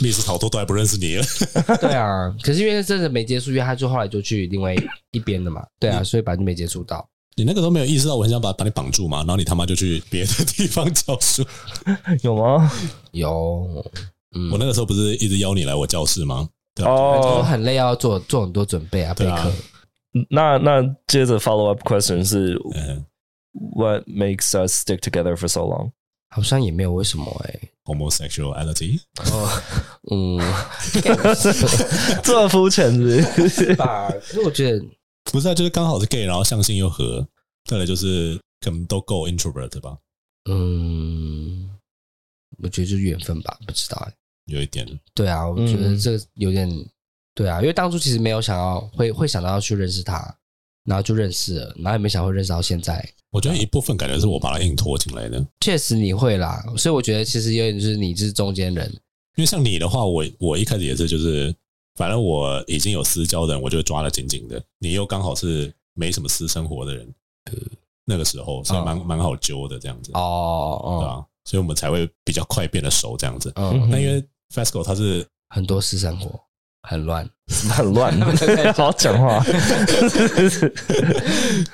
Speaker 1: 密室逃脱都还不认识你了。 (laughs)
Speaker 2: 对啊，可是因为真的没接触，因为他就后来就去另外一一边了嘛，对啊，所以把就没接触到。
Speaker 1: 你那个都没有意识到我很想把把你绑住嘛，然后你他妈就去别的地方教书。
Speaker 3: 有吗？
Speaker 2: 有，嗯，
Speaker 1: 我那个时候不是一直邀你来我教室吗？对啊，
Speaker 2: 都
Speaker 3: 哦，
Speaker 2: 很累，要做做很多准备啊，备
Speaker 1: 对啊
Speaker 2: 课。
Speaker 3: 那那接着 follow up question 是
Speaker 1: 嗯，
Speaker 3: What makes us stick together for so long？ (laughs)
Speaker 2: 好像也没有为什么哎、
Speaker 1: homosexuality，
Speaker 3: 哦
Speaker 2: 嗯，
Speaker 3: 这么肤浅是
Speaker 1: (laughs)
Speaker 3: 不是
Speaker 2: 吧？ (laughs) 可是我觉得
Speaker 1: 不是啊，就是刚好是 gay，然后相性又合，再来就是可能都够 introvert 吧，
Speaker 2: 嗯，我觉得就是缘分吧，不知道哎、
Speaker 1: 有一点。
Speaker 2: 对啊，我
Speaker 3: 嗯
Speaker 2: 觉得这个有点、对啊，因为当初其实没有想要会会想到要去认识他，然后就认识了，然后也没想会认识到现在。
Speaker 1: 我觉得一部分感觉是我把他硬拖进来的，因
Speaker 2: 确实你会啦，所以我觉得其实有点就是你是中间人，
Speaker 1: 为像你的话，我我一开始也是就是，反正我已经有私交的人，我就抓得紧紧的。你又刚好是没什么私生活的人，那个时候所以蛮蛮好揪的这样子，对啊
Speaker 2: 哦
Speaker 1: 吧？所以我们才会比较快变得熟这样子。
Speaker 2: 哦，嗯，
Speaker 1: 那因为 Fasco 他是 (laughs)
Speaker 2: 很多私生活很乱，
Speaker 3: 很乱，好好讲话。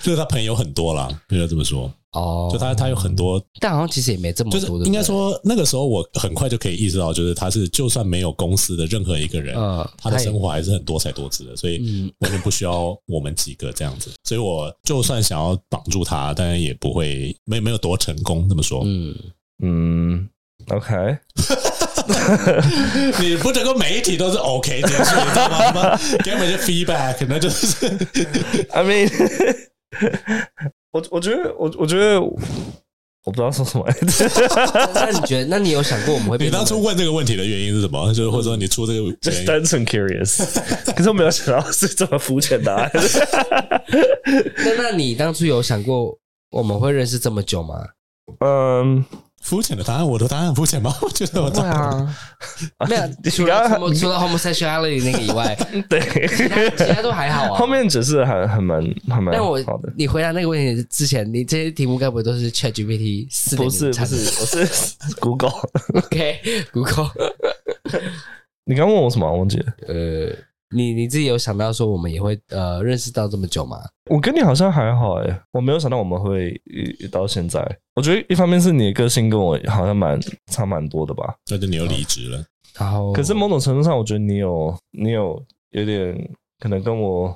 Speaker 1: 就是他朋友很多啦，就要这么说。
Speaker 2: 哦，
Speaker 1: 就他他有很多，
Speaker 2: 但好像其实也没这么
Speaker 1: 就
Speaker 2: 多，
Speaker 1: 是
Speaker 2: 对不对
Speaker 1: 应该，说那个时候我很快就可以意识到，就是他是就算没有公司的任何一个人，
Speaker 2: 嗯，
Speaker 1: 他的
Speaker 2: 也
Speaker 1: 生活还是很多才多姿的，所以
Speaker 2: 嗯
Speaker 1: 完全不需要我们几个这样子。所以我就算想要绑住他，当然也不会没没有多成功。这么说，
Speaker 2: 嗯，
Speaker 3: 嗯，OK，
Speaker 1: 你不整个媒体都是 OK 结束，你知道吗
Speaker 2: (laughs)
Speaker 1: 他 (laughs) 妈？给我们一些 feedback，那就是
Speaker 3: I mean，我我觉得我我觉得我不知道说什么来着。
Speaker 2: 那你觉得？那你有想过我们会
Speaker 1: (laughs) 你
Speaker 2: 变成？
Speaker 1: 当初问这个问题的原因是什么？就是或者说你出这个原
Speaker 3: Just
Speaker 1: 因，
Speaker 3: 单纯 curious，可是我没有想到是这么肤浅的、啊。
Speaker 2: 那那你当初有想过我们会认识这么久吗？
Speaker 3: (laughs) 嗯，
Speaker 1: 肤浅的答案，我的答案很肤浅吗？我觉得我答案
Speaker 2: 啊，没有，除
Speaker 3: (laughs) 你刚
Speaker 2: 了
Speaker 3: 刚
Speaker 2: 什么除了 homosexuality 那个以外，
Speaker 3: 对，
Speaker 2: 其他其他都还好啊。
Speaker 3: 后面只是还还蛮还蛮
Speaker 2: 但我
Speaker 3: 好的。
Speaker 2: 你回答那个问题之前，你这些题目该不会都是 ChatGPT 四点
Speaker 3: 不
Speaker 2: 零
Speaker 3: 是不
Speaker 2: 产
Speaker 3: 是
Speaker 2: 生，
Speaker 3: (laughs) 我是 Google。 (laughs)
Speaker 2: OK，Google，
Speaker 3: 你刚问我什么啊？忘记了。
Speaker 2: 呃，你你自己有想到说我们也会呃认识到这么久吗？
Speaker 3: 我跟你好像还好哎、我没有想到我们会遇到现在。我觉得一方面是你的个性跟我好像蛮差蛮多的吧，
Speaker 1: (laughs) 那就你又离职了。
Speaker 2: 然后
Speaker 3: 可是某种程度上，我觉得你有你有有点可能跟我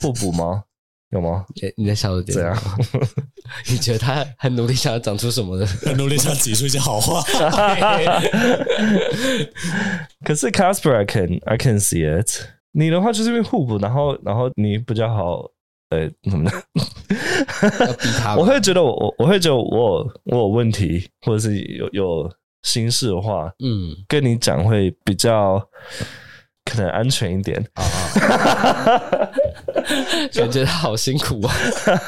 Speaker 3: 互补吗？有吗？
Speaker 2: 诶你在笑的点
Speaker 3: 怎
Speaker 2: 什
Speaker 3: 样
Speaker 2: 么？？你觉得他很努力想要长出什么的？
Speaker 1: 很努力想挤出一些好话，
Speaker 3: 可是 Casper, I can I can see it。你的话就是因为互补，然后然后你比较好，呃、怎么讲？
Speaker 2: 要逼他吗？
Speaker 3: 我会觉得我我我会觉得我有我有问题，或者是有有心事的话，
Speaker 2: 嗯
Speaker 3: 跟你讲会比较可能安全一点。
Speaker 2: 啊，感觉他好辛苦啊。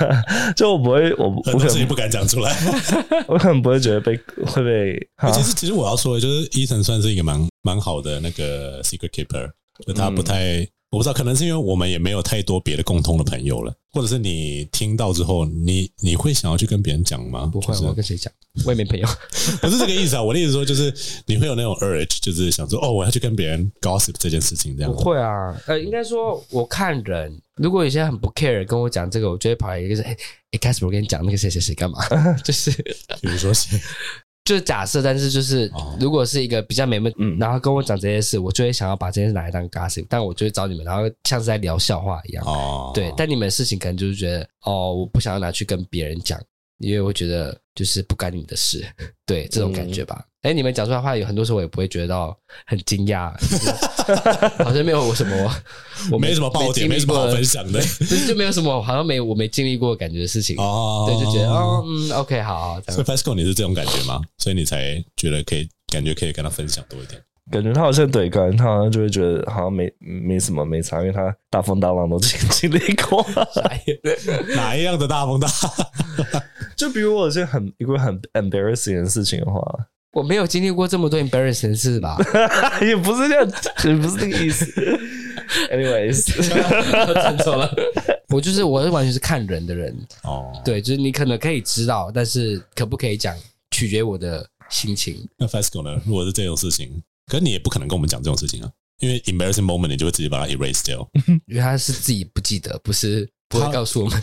Speaker 3: (laughs) 就我不会，我我
Speaker 1: 很多
Speaker 3: 可
Speaker 1: 事情
Speaker 3: 能
Speaker 1: 不敢讲出来。
Speaker 3: 我可能不会觉得被会被哈
Speaker 1: 其实，其实我要说的就是，伊藤算是一个蛮蛮好的那个 secret keeper，就他不太，我不知道，可能是因为我们也没有太多别的共通的朋友了，或者是你听到之后，你你会想要去跟别人讲吗？
Speaker 2: 不会，
Speaker 1: 就是
Speaker 2: 我跟谁讲？我也没朋友。
Speaker 1: 不是这个意思啊，我的意思说就是你会有那种 urge，就是想说哦，我要去跟别人 gossip 这件事情这
Speaker 2: (laughs)
Speaker 1: 样
Speaker 2: 不。会啊，呃，应该说我看人，如果有些人很不 care 跟我讲这个，我就会跑来一个是，哎、一开始我跟你讲那个谁谁谁干嘛， (laughs) 就是
Speaker 1: 比如
Speaker 2: (laughs)
Speaker 1: 说谁，
Speaker 2: 就是假设，但是就是
Speaker 1: 哦
Speaker 2: 如果是一个比较没问，
Speaker 3: 嗯
Speaker 2: 然后跟我讲这些事，我就会想要把这件事拿来当 gossip，但我就会找你们，然后像是在聊笑话一样，
Speaker 1: 哦，
Speaker 2: 对，但你们的事情可能就是觉得哦，我不想要拿去跟别人讲，因为我觉得就是不干你的事， (laughs) 对这种感觉吧。
Speaker 1: 嗯
Speaker 2: 哎、你们讲出来的话，有很多时候我也不会觉得到很惊讶， (laughs) 好像没有我什么，我
Speaker 1: 没什么爆点，
Speaker 2: 没
Speaker 1: 没什么好分
Speaker 2: 享，
Speaker 1: 享的。
Speaker 2: 不是 (laughs) 就没有什么，好像没有我没经历过的感觉的事情，
Speaker 1: 哦，
Speaker 2: 对，就觉得哦，嗯，OK，好，这
Speaker 1: 所以
Speaker 2: 样
Speaker 1: Fasco 你是这种感觉吗？所以你才觉得可以，感觉可以跟他分享多一点。
Speaker 3: 感觉他好像对，感觉他好像就会觉得好像没没什么没差，因为他大风大浪都经经历过。 (laughs)
Speaker 1: (laughs) 哪一样的大风大浪？
Speaker 3: 就比如我有些很一个很 embarrassing 的事情的话， (laughs)
Speaker 2: 我没有经历过这么多 embarrassing 的事 (laughs) 吧？
Speaker 3: 也不是这样，也不是这个意思。Anyways，
Speaker 2: 成熟了，我就是我是完全是看人的人，
Speaker 1: 哦，
Speaker 2: 对，就是你可能可以知道，但是可不可以讲，取决于我的心情。
Speaker 1: 那 Fasco 呢？如果是这种事情，可是你也不可能跟我们讲这种事情啊，因为 embarrassing moment 你就会直接把它 erase 掉。
Speaker 2: 因为他是自己不记得，不是不
Speaker 1: 他
Speaker 2: 会告诉 (laughs) 我们。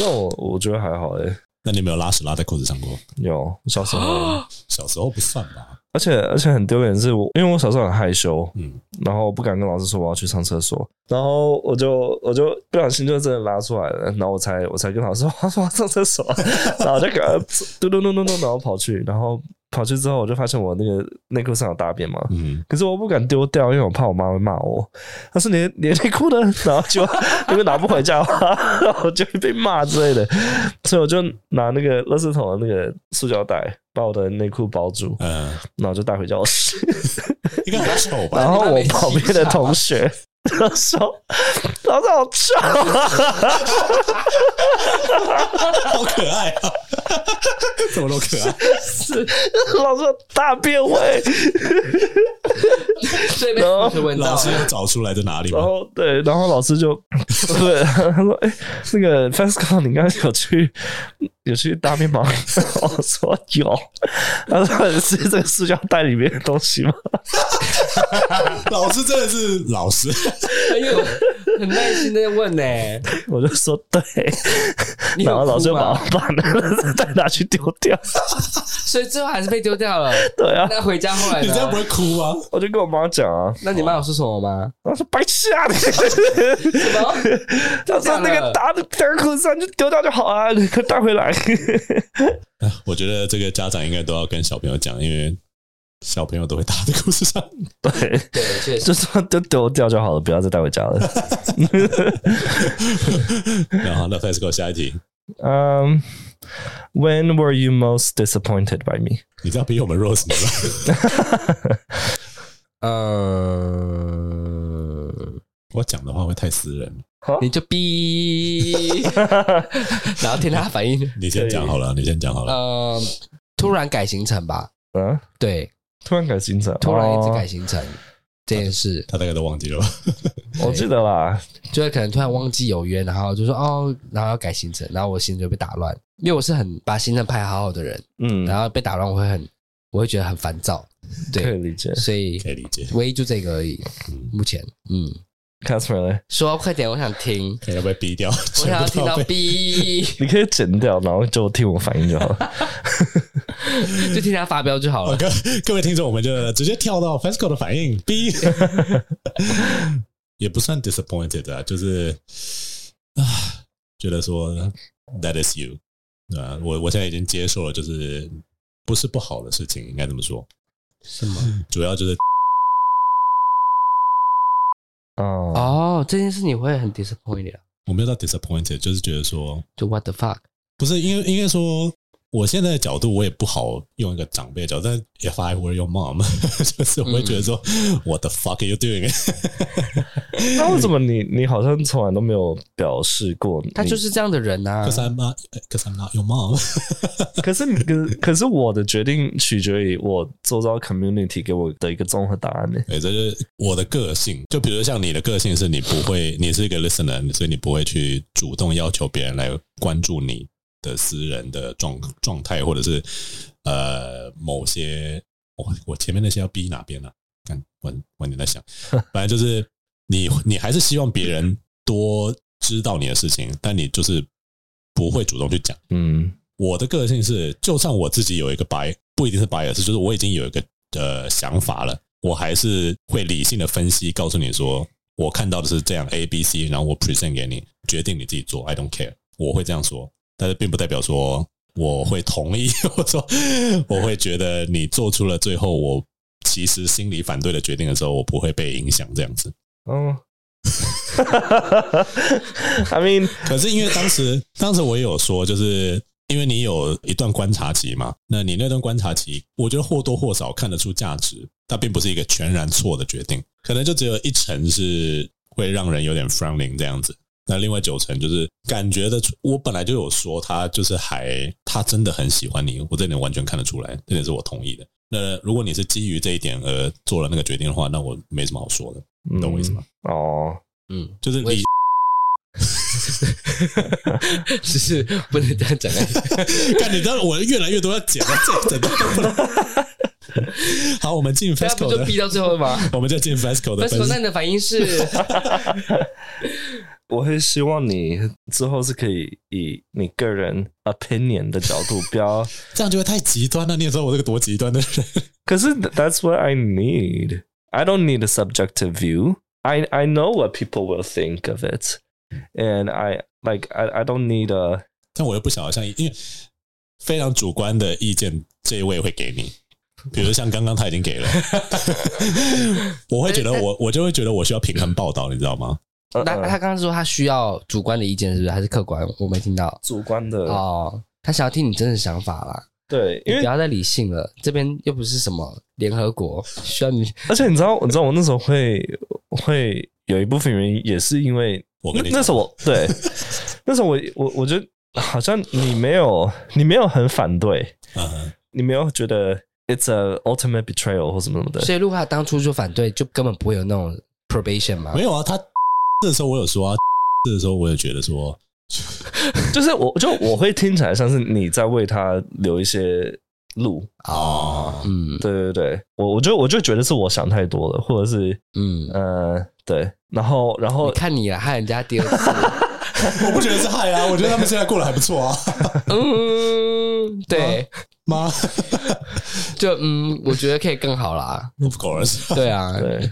Speaker 3: 但我我觉得还好诶、
Speaker 1: 那你有没有拉屎拉在裤子上过？
Speaker 3: 有小时候，
Speaker 1: 小时候不算吧？
Speaker 3: 而且而且很丢脸的是我，因为我小时候很害羞，
Speaker 1: 嗯，
Speaker 3: 然后不敢跟老师说我要去上厕所，然后我就我就不小心就真的拉出来了，然后我才我才跟老师说我要上厕所，然后我就给他嘟嘟嘟嘟嘟，然后跑去，然后跑去之后我就发现我那个内裤上有大便嘛，
Speaker 1: 嗯，
Speaker 3: 可是我不敢丢掉，因为我怕我妈会骂我。她说你你内裤呢？然后就如果拿不回家的话，我就会被骂之类的。所以我就拿那个垃圾桶的那个塑胶袋把我的内裤包住，
Speaker 1: 呃，
Speaker 3: 然后就带回教室。
Speaker 1: 应该很丑吧？ (laughs)
Speaker 3: 然后我旁边的同学都说：“老师好臭啊
Speaker 1: 好可爱啊！ (laughs) 怎么都可爱，！”
Speaker 3: 老师有大便味。
Speaker 2: 这边同学闻
Speaker 1: 老
Speaker 2: 到
Speaker 1: 师有找出来在哪里
Speaker 3: 然
Speaker 1: 吗？
Speaker 3: 后对，然后老师就对 (laughs) 他说：“哎、那个 FESCO，你刚刚有去有去大便吗？” (laughs) 我说有。他说：“你是这个塑胶袋里面的东西吗？”
Speaker 1: 老师真的是老师，
Speaker 2: 因为我哎很耐心的问呢、
Speaker 3: 我就说对，
Speaker 2: 你有
Speaker 3: 然后老师就
Speaker 2: 哭
Speaker 3: 把
Speaker 2: 吗
Speaker 3: 我把那个再拿去丢掉。
Speaker 2: 所以最后还是被丢掉 (laughs) 了。
Speaker 3: 对啊，
Speaker 2: 那回家后来
Speaker 1: 你这样不
Speaker 2: 呢？
Speaker 1: 会哭吗？
Speaker 3: 我就跟我妈讲啊，
Speaker 2: 那你妈有说什么吗？
Speaker 3: 然后说白痴啊，你
Speaker 2: 什么？
Speaker 3: 他说那个打的打裤上就丢掉就好啊， (laughs) 你可带回来。
Speaker 1: 我觉得这个家长应该都要跟小朋友讲，因为小朋友都会打在故事上。 (laughs)
Speaker 3: 对，
Speaker 2: (laughs) 对，确实
Speaker 3: 就说就丢掉就好了，不要再带回家 (laughs) 了。
Speaker 1: 然后，那 FESCO 下一题，
Speaker 3: 嗯、w h e n were you most disappointed by me？
Speaker 1: 你这样比我们弱什么了？ (laughs) 呃
Speaker 2: 嗯，
Speaker 1: 我讲的话会太私人，
Speaker 2: 你就逼，然后听他反
Speaker 3: (laughs)
Speaker 2: 应。
Speaker 1: 你先讲好了，你先讲好了。
Speaker 2: 呃，突然改行程吧，
Speaker 3: 啊，
Speaker 2: 对，
Speaker 3: 突然改行程，
Speaker 2: 突然一直
Speaker 3: 哦
Speaker 2: 改行程、这件事，
Speaker 1: 他大概都忘记
Speaker 2: (laughs)
Speaker 1: 了吧？
Speaker 3: 我记得啦，
Speaker 2: 就是可能突然忘记有约，然后就说哦，然后要改行程，然后我行程就被打乱，因为我是很把行程排好好的人，
Speaker 3: 嗯，
Speaker 2: 然后被打乱我会很，我会觉得很烦
Speaker 3: (laughs)
Speaker 2: 躁，
Speaker 3: 可
Speaker 2: 啊
Speaker 3: 以
Speaker 2: 对，
Speaker 3: 理解。
Speaker 2: 所以
Speaker 1: 可以理解。
Speaker 2: 唯一就这个而已，目前，嗯，
Speaker 3: Catherine，嘞
Speaker 2: 说快点，我想
Speaker 3: (laughs)
Speaker 2: 听，
Speaker 1: 可能要被逼
Speaker 2: (laughs)
Speaker 1: 掉，
Speaker 2: 我想要听到
Speaker 1: (laughs) 全部都被
Speaker 2: B，
Speaker 3: 你可以剪掉，然后就听我反应就好
Speaker 2: (laughs)
Speaker 3: 了。
Speaker 2: 就听他发飙就好
Speaker 1: 好
Speaker 2: 了。
Speaker 1: 哦各各位听众，我们就直接跳到 FESCO 的反应 B，也不算 disappointed 啊，就是啊，觉得说 that is you 啊，我我现在已经接受了，就是不是不好的事情，应该这么说，
Speaker 2: 什么？
Speaker 1: 主要就是
Speaker 3: (laughs)
Speaker 1: (laughs)
Speaker 3: 哦，
Speaker 2: 哦，这件事你会很 disappointed，啊
Speaker 1: 我没有到 disappointed，就是觉得说
Speaker 2: 就 what the fuck？
Speaker 1: 不是，因为应该说。我现在的角度，我也不好用一个长辈的角度，但 if I were your mom，就是 (laughs) 我会觉得说、w h a t the fuck are you doing？
Speaker 3: 那为什么你你好像从来都没有表示过？，
Speaker 2: 他就是是这样的人呐、啊
Speaker 1: Cause。I'm not, cause I'm not your mom 。
Speaker 3: (laughs) 可是你可可是我的决定取决于我周遭 community 给我的一个综合答案呢。
Speaker 1: 对，这就是我的个性。就比如像你的个性是你不会，你是一个 listener，所以你不会去主动要求别人来关注你的私人的状状态，或者是呃某些我我前面那些要逼哪边呢、啊？看我我你在想，反正就是你你还是希望别人多知道你的事情，但你就是不会主动去讲。
Speaker 3: 嗯
Speaker 1: 我的个性是，就算我自己有一个 bias，不一定是 bias，就是我已经有一个呃想法了，我还是会理性的分析，告诉你说，我看到的是这样 A、B、C，然后我 present 给你，决定你自己做，I don't care，我会这样说，但是并不代表说我会同意， (laughs) 我说我会觉得你做出了最后我其实心里反对的决定的时候，我不会被影响这样子。
Speaker 3: 哦 (laughs) ，I mean，
Speaker 1: (laughs) 可是因为当时，当时我也有说，就是因为你有一段观察期嘛，那你那段观察期，我觉得或多或少看得出价值，它并不是一个全然错的决定，可能就只有一成是会让人有点 frowning 这样子。那另外九成就是感觉得出，我本来就有说他就是还他真的很喜欢你，我这点完全看得出来，这点是我同意的。那如果你是基于这一点而做了那个决定的话，那我没什么好说的，
Speaker 3: 嗯
Speaker 1: 懂我意思吗？
Speaker 3: 哦，
Speaker 2: 嗯， (laughs)
Speaker 1: 就是
Speaker 2: 我也
Speaker 1: 你
Speaker 2: 只是不能这样讲而已。
Speaker 1: (laughs) 看，你知道我越来越多要剪了，这整段都不能。 (laughs) 好，我们进
Speaker 2: 那不
Speaker 1: FESCO
Speaker 2: 就
Speaker 1: 的，
Speaker 2: 逼到最后吗？
Speaker 1: 我们就进 FESCO 的
Speaker 2: 但是
Speaker 1: 分
Speaker 2: 那你的反应是，
Speaker 3: 我会希望你之后是可以以你个人 opinion 的角度，不要。
Speaker 1: 这样就会太极端了。你也知道我这个多极端的人，
Speaker 3: 可是 that's what I need. I don't need a subjective view. I I know what people will think of it, and I like I I don't need a uh,
Speaker 1: 但我又不想要像，因为非常主观的意见，这一位会给你。比如像刚刚他已经给
Speaker 2: (laughs)
Speaker 1: 了，我会觉得
Speaker 2: 哎
Speaker 1: 我我就会觉得我需要平衡报道，你知道吗？
Speaker 3: 呃
Speaker 2: 那
Speaker 3: 呃
Speaker 2: 他刚刚说他需要主观的意见，是不是？还是客观？我没听到
Speaker 3: 主观的、
Speaker 2: 哦。他想要听你真实想法啦，
Speaker 3: 对，
Speaker 2: 你
Speaker 3: 呃因
Speaker 2: 不
Speaker 3: 为
Speaker 2: 要再理性了。这边又不是什么联合国，需要你
Speaker 3: (laughs) 而且你知道，你知道我那时候会会有一部分原因也是因为
Speaker 1: 我
Speaker 3: 那
Speaker 1: 跟你
Speaker 3: 那时候我
Speaker 1: (laughs)
Speaker 3: 对那时候我我我觉得好像你没有你没有很反对，
Speaker 1: 嗯哼，
Speaker 3: 你没有觉得 it's a ultimate betrayal 或什么什么的，
Speaker 2: 所以如果他当初就反对，就根本不会有那种 probation 嘛
Speaker 1: 没。有啊，他这时候我有说啊，这时候我也觉得说，
Speaker 3: 就是我就我会听起来像是你在为他留一些录。
Speaker 1: 哦，
Speaker 2: 嗯
Speaker 3: 对对对，我我就我就觉得是我想太多了，或者是
Speaker 2: 嗯，
Speaker 3: 呃对，然后然
Speaker 2: 你
Speaker 3: 后
Speaker 2: 看你啊，害人家第二次，
Speaker 1: 我不觉得是害啊，我觉得他们现在过得还不错啊。
Speaker 2: 嗯，对， (laughs)
Speaker 1: 妈，
Speaker 2: 就嗯，我觉得可以更好啦，
Speaker 1: 那不狗儿是
Speaker 2: 对啊，
Speaker 3: 对，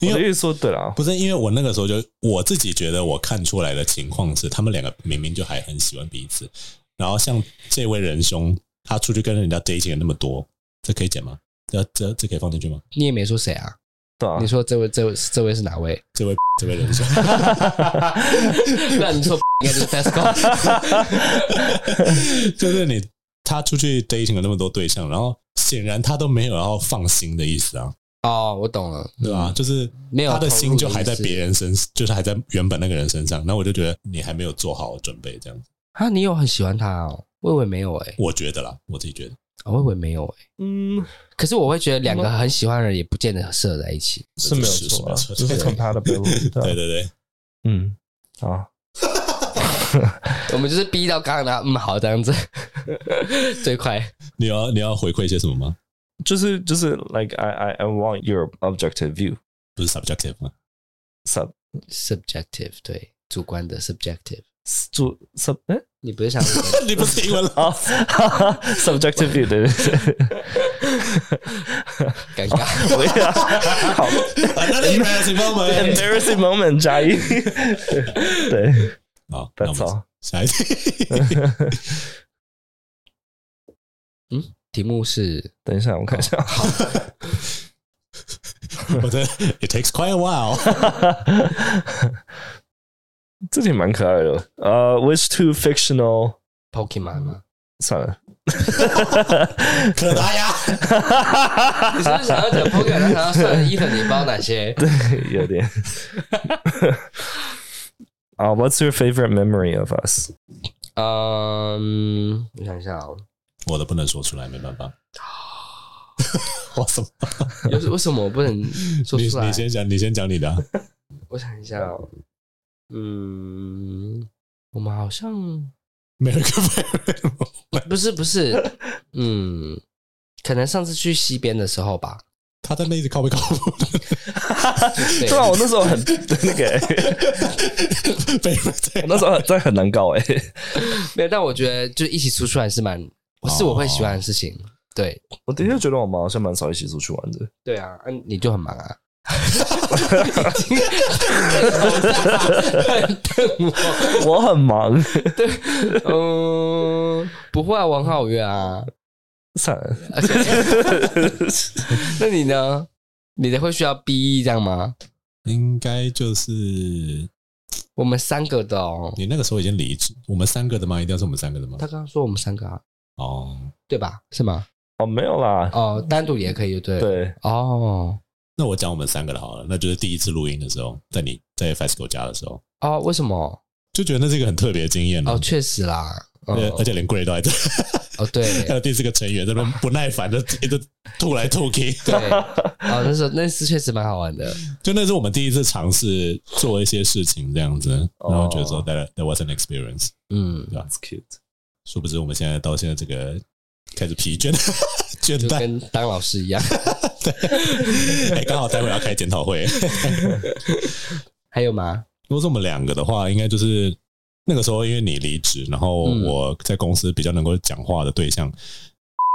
Speaker 1: 因为
Speaker 3: 我的意思说对啦，
Speaker 1: 不是因为我那个时候就我自己觉得我看出来的情况是，他们两个明明就还很喜欢彼此，然后像这位仁兄，他出去跟人家 dating 那么多，这可以剪吗？这这这可以放进去吗？
Speaker 2: 你也没说谁啊，
Speaker 3: 对啊
Speaker 2: 你，说这位这位这位是哪位？
Speaker 1: 这位这位仁兄，
Speaker 2: 那你 (laughs) 说应该就是 Tesco，
Speaker 1: 就是你他出去 dating 了那么多对象，然后显然他都没有要放心的意思啊，
Speaker 2: 哦，我懂了，
Speaker 1: 对吧？就是
Speaker 2: 没有
Speaker 1: 他的心就还在
Speaker 2: 投入的意
Speaker 1: 别
Speaker 2: 思
Speaker 1: 人身，就是还在原本那个人身上。那我就觉得你还没有做好准备，这样子，
Speaker 2: 啊，你有很喜欢他哦，我以为没有哎、
Speaker 1: 我觉得啦，我自己觉得。
Speaker 2: 啊我以为没有哎、
Speaker 3: 嗯
Speaker 2: 可是我会觉得两个很喜欢的人也不见得适合在一起。
Speaker 3: 是没有
Speaker 1: 是
Speaker 3: 错啊，
Speaker 1: 是没有错
Speaker 3: 就是
Speaker 1: 对
Speaker 3: compatibility，对
Speaker 1: 对对
Speaker 3: 啊
Speaker 1: 对，
Speaker 3: 嗯啊，
Speaker 2: 我们就是逼到刚刚的，嗯，好这样 (laughs) 子最快。
Speaker 1: 你要你要回馈些什么吗？
Speaker 3: 就是就是 like I I I want your objective view
Speaker 1: 不是 subjective 吗？
Speaker 3: sub
Speaker 2: subjective 对，主观的 subjective。
Speaker 3: 主 sub 哎、 (laughs)
Speaker 2: 你不是想
Speaker 1: (laughs) 你不是英 (laughs) 文
Speaker 3: 啊 Oh. (laughs) subjective view 对对对。
Speaker 2: 尴尬？ (laughs)
Speaker 3: 我也好
Speaker 1: Another embarrassing moment.
Speaker 3: embarrassing moment 加一，对
Speaker 1: 好，那我
Speaker 3: ，That's
Speaker 1: 们
Speaker 3: all。
Speaker 1: 下一
Speaker 3: (laughs)
Speaker 1: 题。
Speaker 2: 题目是
Speaker 3: 等一下，我看一下，
Speaker 1: 我的 It takes quite a while.
Speaker 3: 这题蛮可爱的。呃、w h i c h two fictional？
Speaker 2: Pokemon 吗？
Speaker 3: 算了，
Speaker 1: (laughs)
Speaker 3: (laughs)
Speaker 1: 可啊达鸭，
Speaker 2: 你是不是想要讲 Pokemon？然后想要算伊藤，你包哪些？
Speaker 3: 有点。 (laughs) 啊、w h a t s Uh, your favorite memory of us？
Speaker 2: 嗯，我想一下哦，
Speaker 1: 我的不能说出来，没办 (laughs) 法。我什么？ (laughs)
Speaker 2: 有为什么我不能说
Speaker 1: 你
Speaker 2: 出来
Speaker 1: 你？先讲，你先讲你的啊。
Speaker 2: 我想一下哦，嗯，我们好像
Speaker 1: American
Speaker 2: 不是不是，嗯，可能上次去西边的时候吧。
Speaker 1: 他在那一直靠背靠谱，
Speaker 2: 对
Speaker 3: 对啊，我那时候很 (laughs) 那个、
Speaker 1: (laughs) 被人在
Speaker 3: (laughs) 我那时候真的很难搞哎、
Speaker 2: (laughs) 没有，但我觉得就一起出去玩是蛮，是我会喜欢的事情。
Speaker 1: 哦
Speaker 2: 对，
Speaker 3: (laughs) 我的确觉得我们好像蛮少一起出去玩的。
Speaker 2: 对啊，嗯、你就很忙 (laughs) 啊。
Speaker 3: (laughs)
Speaker 2: (laughs)
Speaker 3: 我很忙，
Speaker 2: 嗯，不会啊，我很好约啊。
Speaker 3: 算了。
Speaker 2: 而且 (laughs) 那你呢？你的会需要 B E 这样吗？
Speaker 1: 应该就是你
Speaker 2: 我们三个的哦。
Speaker 1: 那个时候已经离职，我们三个的吗？一定要是我们三个的吗
Speaker 2: 他？刚刚说我们三个啊，
Speaker 1: 哦，
Speaker 2: 对吧？是吗？
Speaker 3: 哦，没有啦。
Speaker 2: 哦，单独也可以，对。。
Speaker 3: 对，
Speaker 2: 哦
Speaker 1: 那我讲我们三个的好了，那就是第一次录音的时候，在你在 FESCO 家的时候，
Speaker 2: 哦，为什么？
Speaker 1: 就觉得那是一个很特别的经验啊
Speaker 2: 哦，确实啦。哦
Speaker 1: 对，而且连 Gray 都还在，
Speaker 2: 哦，对
Speaker 1: 还 (laughs) 有第四个成员在那边不耐烦的一直吐来
Speaker 2: (laughs)
Speaker 1: 吐去。
Speaker 2: 对。
Speaker 1: (laughs)
Speaker 2: 哦，那时候那次确实蛮好玩的。
Speaker 1: 就那是我们第一次尝试做一些事情这样子，
Speaker 3: 哦
Speaker 1: 然后觉得说 that that was an experience。
Speaker 2: 嗯，
Speaker 3: That's cute。
Speaker 1: 殊不知我们现在到现在这个开始疲倦 (laughs) 倦
Speaker 2: 就
Speaker 1: 怠，
Speaker 2: 跟当老师一样。 (laughs)
Speaker 1: (laughs) 哎，刚好待会要开检
Speaker 2: (laughs)
Speaker 1: 讨会。
Speaker 2: 还有吗？
Speaker 1: 如果是我们两个的话，应该就是那个时候，因为你离职，然后
Speaker 2: 嗯
Speaker 1: 我在公司比较能够讲话的对象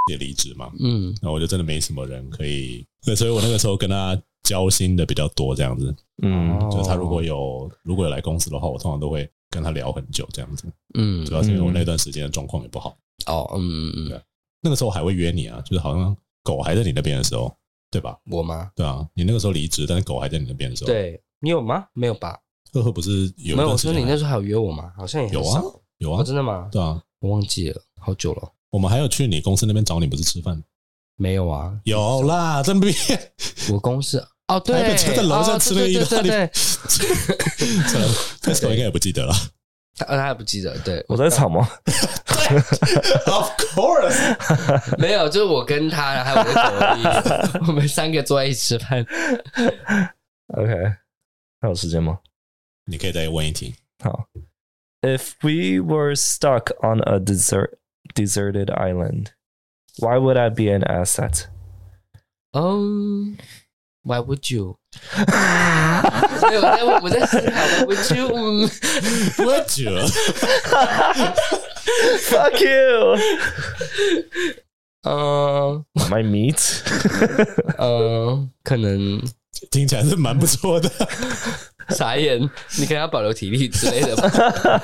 Speaker 1: 也离职嘛，
Speaker 2: 嗯
Speaker 1: 那我就真的没什么人可以，对，所以我那个时候跟他交心的比较多，这样子。
Speaker 3: 嗯，
Speaker 2: 哦
Speaker 1: 就是他如果有如果有来公司的话，我通常都会跟他聊很久这样子，
Speaker 2: 嗯
Speaker 1: 主要是因为我那段时间的状况也不好。
Speaker 2: 哦嗯嗯嗯，
Speaker 1: 那个时候还会约你啊，就是好像狗还在你那边的时候，对吧？
Speaker 2: 我吗？
Speaker 1: 对啊，你那个时候离职，但是狗还在你那边的时候，，
Speaker 2: 对你有吗？没有吧？
Speaker 1: 赫赫不是有一
Speaker 2: 没有。我
Speaker 1: 段时
Speaker 2: 说
Speaker 1: 间
Speaker 2: 你那时候还有约我吗？好像也很
Speaker 1: 有啊
Speaker 2: 少
Speaker 1: 有啊
Speaker 2: 哦，，真的吗？
Speaker 1: 对啊，
Speaker 2: 我忘记了，好久了。
Speaker 1: 我们还有去你公司那边找你，不是吃饭？
Speaker 2: 没有啊，
Speaker 1: 有啦，真 (laughs) 别
Speaker 2: 我公司哦，对，
Speaker 1: 台北车在楼下
Speaker 2: 哦
Speaker 1: 吃那个
Speaker 2: 对对
Speaker 1: 意大利
Speaker 2: 对对对， (laughs)
Speaker 1: 这狗应该也不记得了。
Speaker 2: 他他还不记得，对
Speaker 3: 我在场吗？
Speaker 1: of course，
Speaker 2: (laughs) 没有，就是我跟他还有我的
Speaker 1: (laughs)
Speaker 2: 狗一，我们三个坐在一起吃饭。
Speaker 3: OK，还有时间吗？
Speaker 1: 你可以再问一题。
Speaker 3: 好，If we were stuck on a desert deserted island， Why would I be an asset？
Speaker 2: 嗯、w h y would you？没有，我在我在思考，Why would you？嗯，
Speaker 1: 我觉得
Speaker 3: Fuck you!
Speaker 2: 呃
Speaker 3: My meat.
Speaker 2: 呃，可能
Speaker 1: 听起来是蛮不错的。
Speaker 2: 傻眼，你可能要保留体力之类
Speaker 1: (laughs)
Speaker 2: 的吧。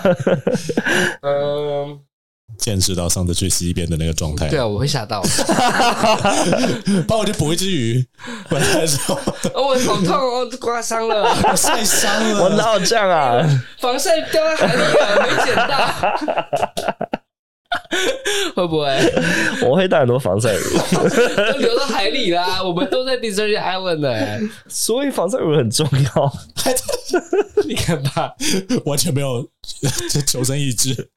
Speaker 2: 嗯，
Speaker 1: (laughs) 见识到上次去西边的那个状态
Speaker 2: 对，啊，我会吓到，
Speaker 1: 帮我去捕一只鱼，回来的时候
Speaker 2: 哦，我好痛哦，刮伤了，
Speaker 1: 我晒伤
Speaker 3: (laughs) 我
Speaker 1: 了。
Speaker 3: 哪有这样啊？
Speaker 2: 防晒掉在海里了，没捡到，会不会？
Speaker 3: (laughs) 我会带很多防晒乳，
Speaker 2: 都流到海里啦！我们都在 Disney Island 呢、
Speaker 3: 所以防晒乳很重 (laughs) 要。
Speaker 1: 还
Speaker 2: 你看吧，
Speaker 1: 完全没有 (laughs) 求生意志，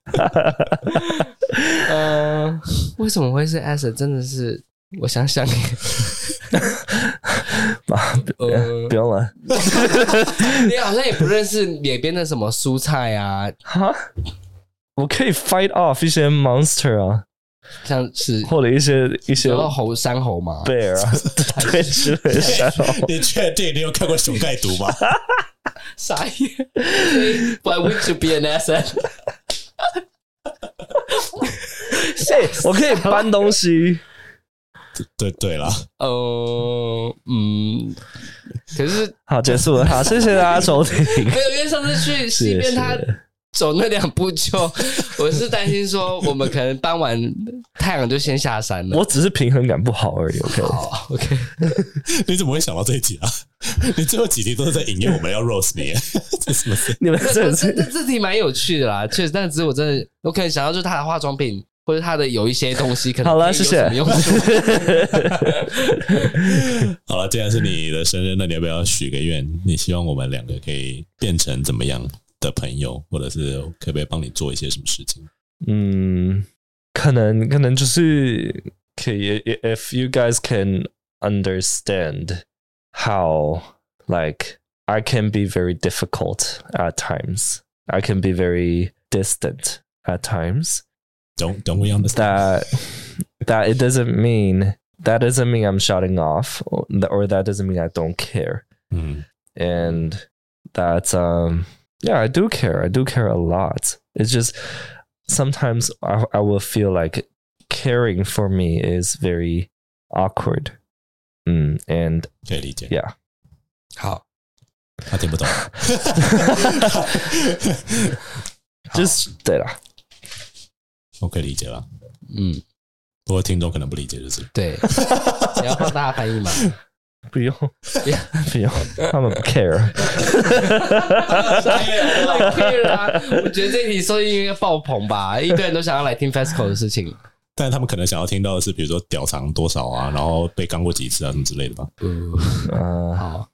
Speaker 2: 呃，为什么会是 a s a 真的是，我想想，呃
Speaker 3: 不，用了
Speaker 2: 你好像也不认识哪边的什么蔬菜啊，
Speaker 3: 哈，我可以 fight off 一些 monster 啊，
Speaker 2: 像是
Speaker 3: 或者一些一些
Speaker 2: 然后猴山猴嘛，
Speaker 3: bear
Speaker 2: (laughs)
Speaker 3: 啊，对之类的然后。
Speaker 1: 你确定你有看过熊盖毒
Speaker 2: (laughs)
Speaker 1: 吗？
Speaker 2: 傻眼。所以 Why would you be an asset？
Speaker 3: 哎，我可以搬东西，
Speaker 1: 对对啦，
Speaker 2: 呃，嗯，可是
Speaker 3: 好，结束了，好，谢谢大家
Speaker 2: (laughs)
Speaker 3: 收听。
Speaker 2: 没有，因为上次去西边
Speaker 3: (laughs) 是
Speaker 2: 他走那两步就， (laughs) 我是担心说我们可能搬完太阳就先下山了。
Speaker 3: 我只是平衡感不好而已，OK。
Speaker 2: 好，OK，
Speaker 1: 你怎么会想到这一集啊？你最后几题都是在引诱我们要 roast
Speaker 2: (laughs)
Speaker 1: 你，这是什么事？
Speaker 3: 你们 (laughs) 真
Speaker 2: 这
Speaker 3: 的
Speaker 2: (laughs) 这这
Speaker 3: 是
Speaker 2: 这题蛮有趣的啦，确实，但只是我真的，我可能想到就是他的化妆品或者他的有一些东西，可能
Speaker 3: 好了
Speaker 2: 可以有
Speaker 3: 谢谢
Speaker 2: 什么
Speaker 3: (laughs)
Speaker 2: 用处
Speaker 1: 好了，既然是你的生日，那你要不要许个愿？你希望我们两个可以变成怎么样的朋友，或者是可不可以帮你做一些什么事情？
Speaker 3: 嗯，可能可能就是可以，if you guys can understand how like I can be very difficult at times, I can be very distant at times.
Speaker 1: Don't don't we understand?
Speaker 3: That that it doesn't mean that doesn't mean I'm shutting off, or, or that doesn't mean I don't care.
Speaker 1: 嗯
Speaker 3: and that's um yeah i do care i do care a lot it's just sometimes i, I will feel like caring for me is very awkward mm, and
Speaker 1: 可以理解。
Speaker 3: yeah
Speaker 2: 好，
Speaker 1: 他听不懂。嗯
Speaker 3: just 对啦。
Speaker 1: 我可以理解了，
Speaker 2: 嗯，
Speaker 1: 不过听众可能不理解，就是
Speaker 2: 对，你要帮大家翻
Speaker 3: (laughs)
Speaker 2: 译吗？
Speaker 3: 不用，
Speaker 2: Yeah.
Speaker 3: (laughs) 不用，他们不 care。
Speaker 2: 太 care 啦！我觉得这题收益应该爆棚吧，一堆人都想要来听 FESCO 的事
Speaker 3: (laughs)
Speaker 2: 情。
Speaker 1: 但他们可能想要听到的是，比如说屌长多少啊，然后被刚过几次啊，什么之类的吧。
Speaker 2: 嗯，
Speaker 3: 呃，
Speaker 2: 好，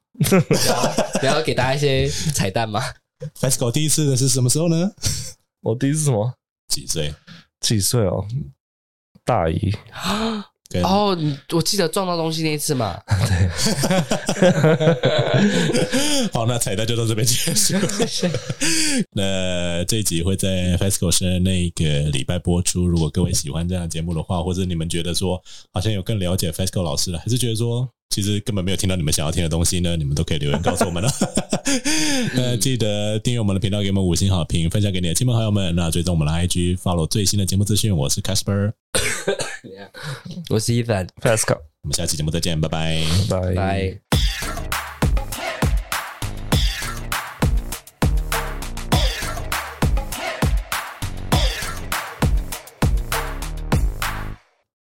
Speaker 2: 你要给大家一些彩蛋吗？
Speaker 1: FESCO 第一次的是什么时候呢？
Speaker 3: 我第一次什么？几岁哦？大一。
Speaker 1: 几岁？跟
Speaker 2: 哦，你我记得撞到东西那一次嘛，
Speaker 1: (laughs) 好，那彩蛋就到这边结束。 (laughs) 那这一集会在 FESCO 生日那个礼拜播出。如果各位喜欢这样的节目的话，或者你们觉得说好像有更了解 FESCO 老师了，还是觉得说其实根本没有听到你们想要听的东西呢，你们都可以留言告诉我们了。 (laughs) 那记得订阅我们的频道，给我们五星好评，分享给你的亲朋好友们。那追踪我们的 IG follow 最新的节目资讯。我是 Casper，
Speaker 2: (laughs) 我是 Ethan，
Speaker 3: Pascal，
Speaker 1: 我们下期节目再见，拜拜。
Speaker 3: 拜
Speaker 2: 拜。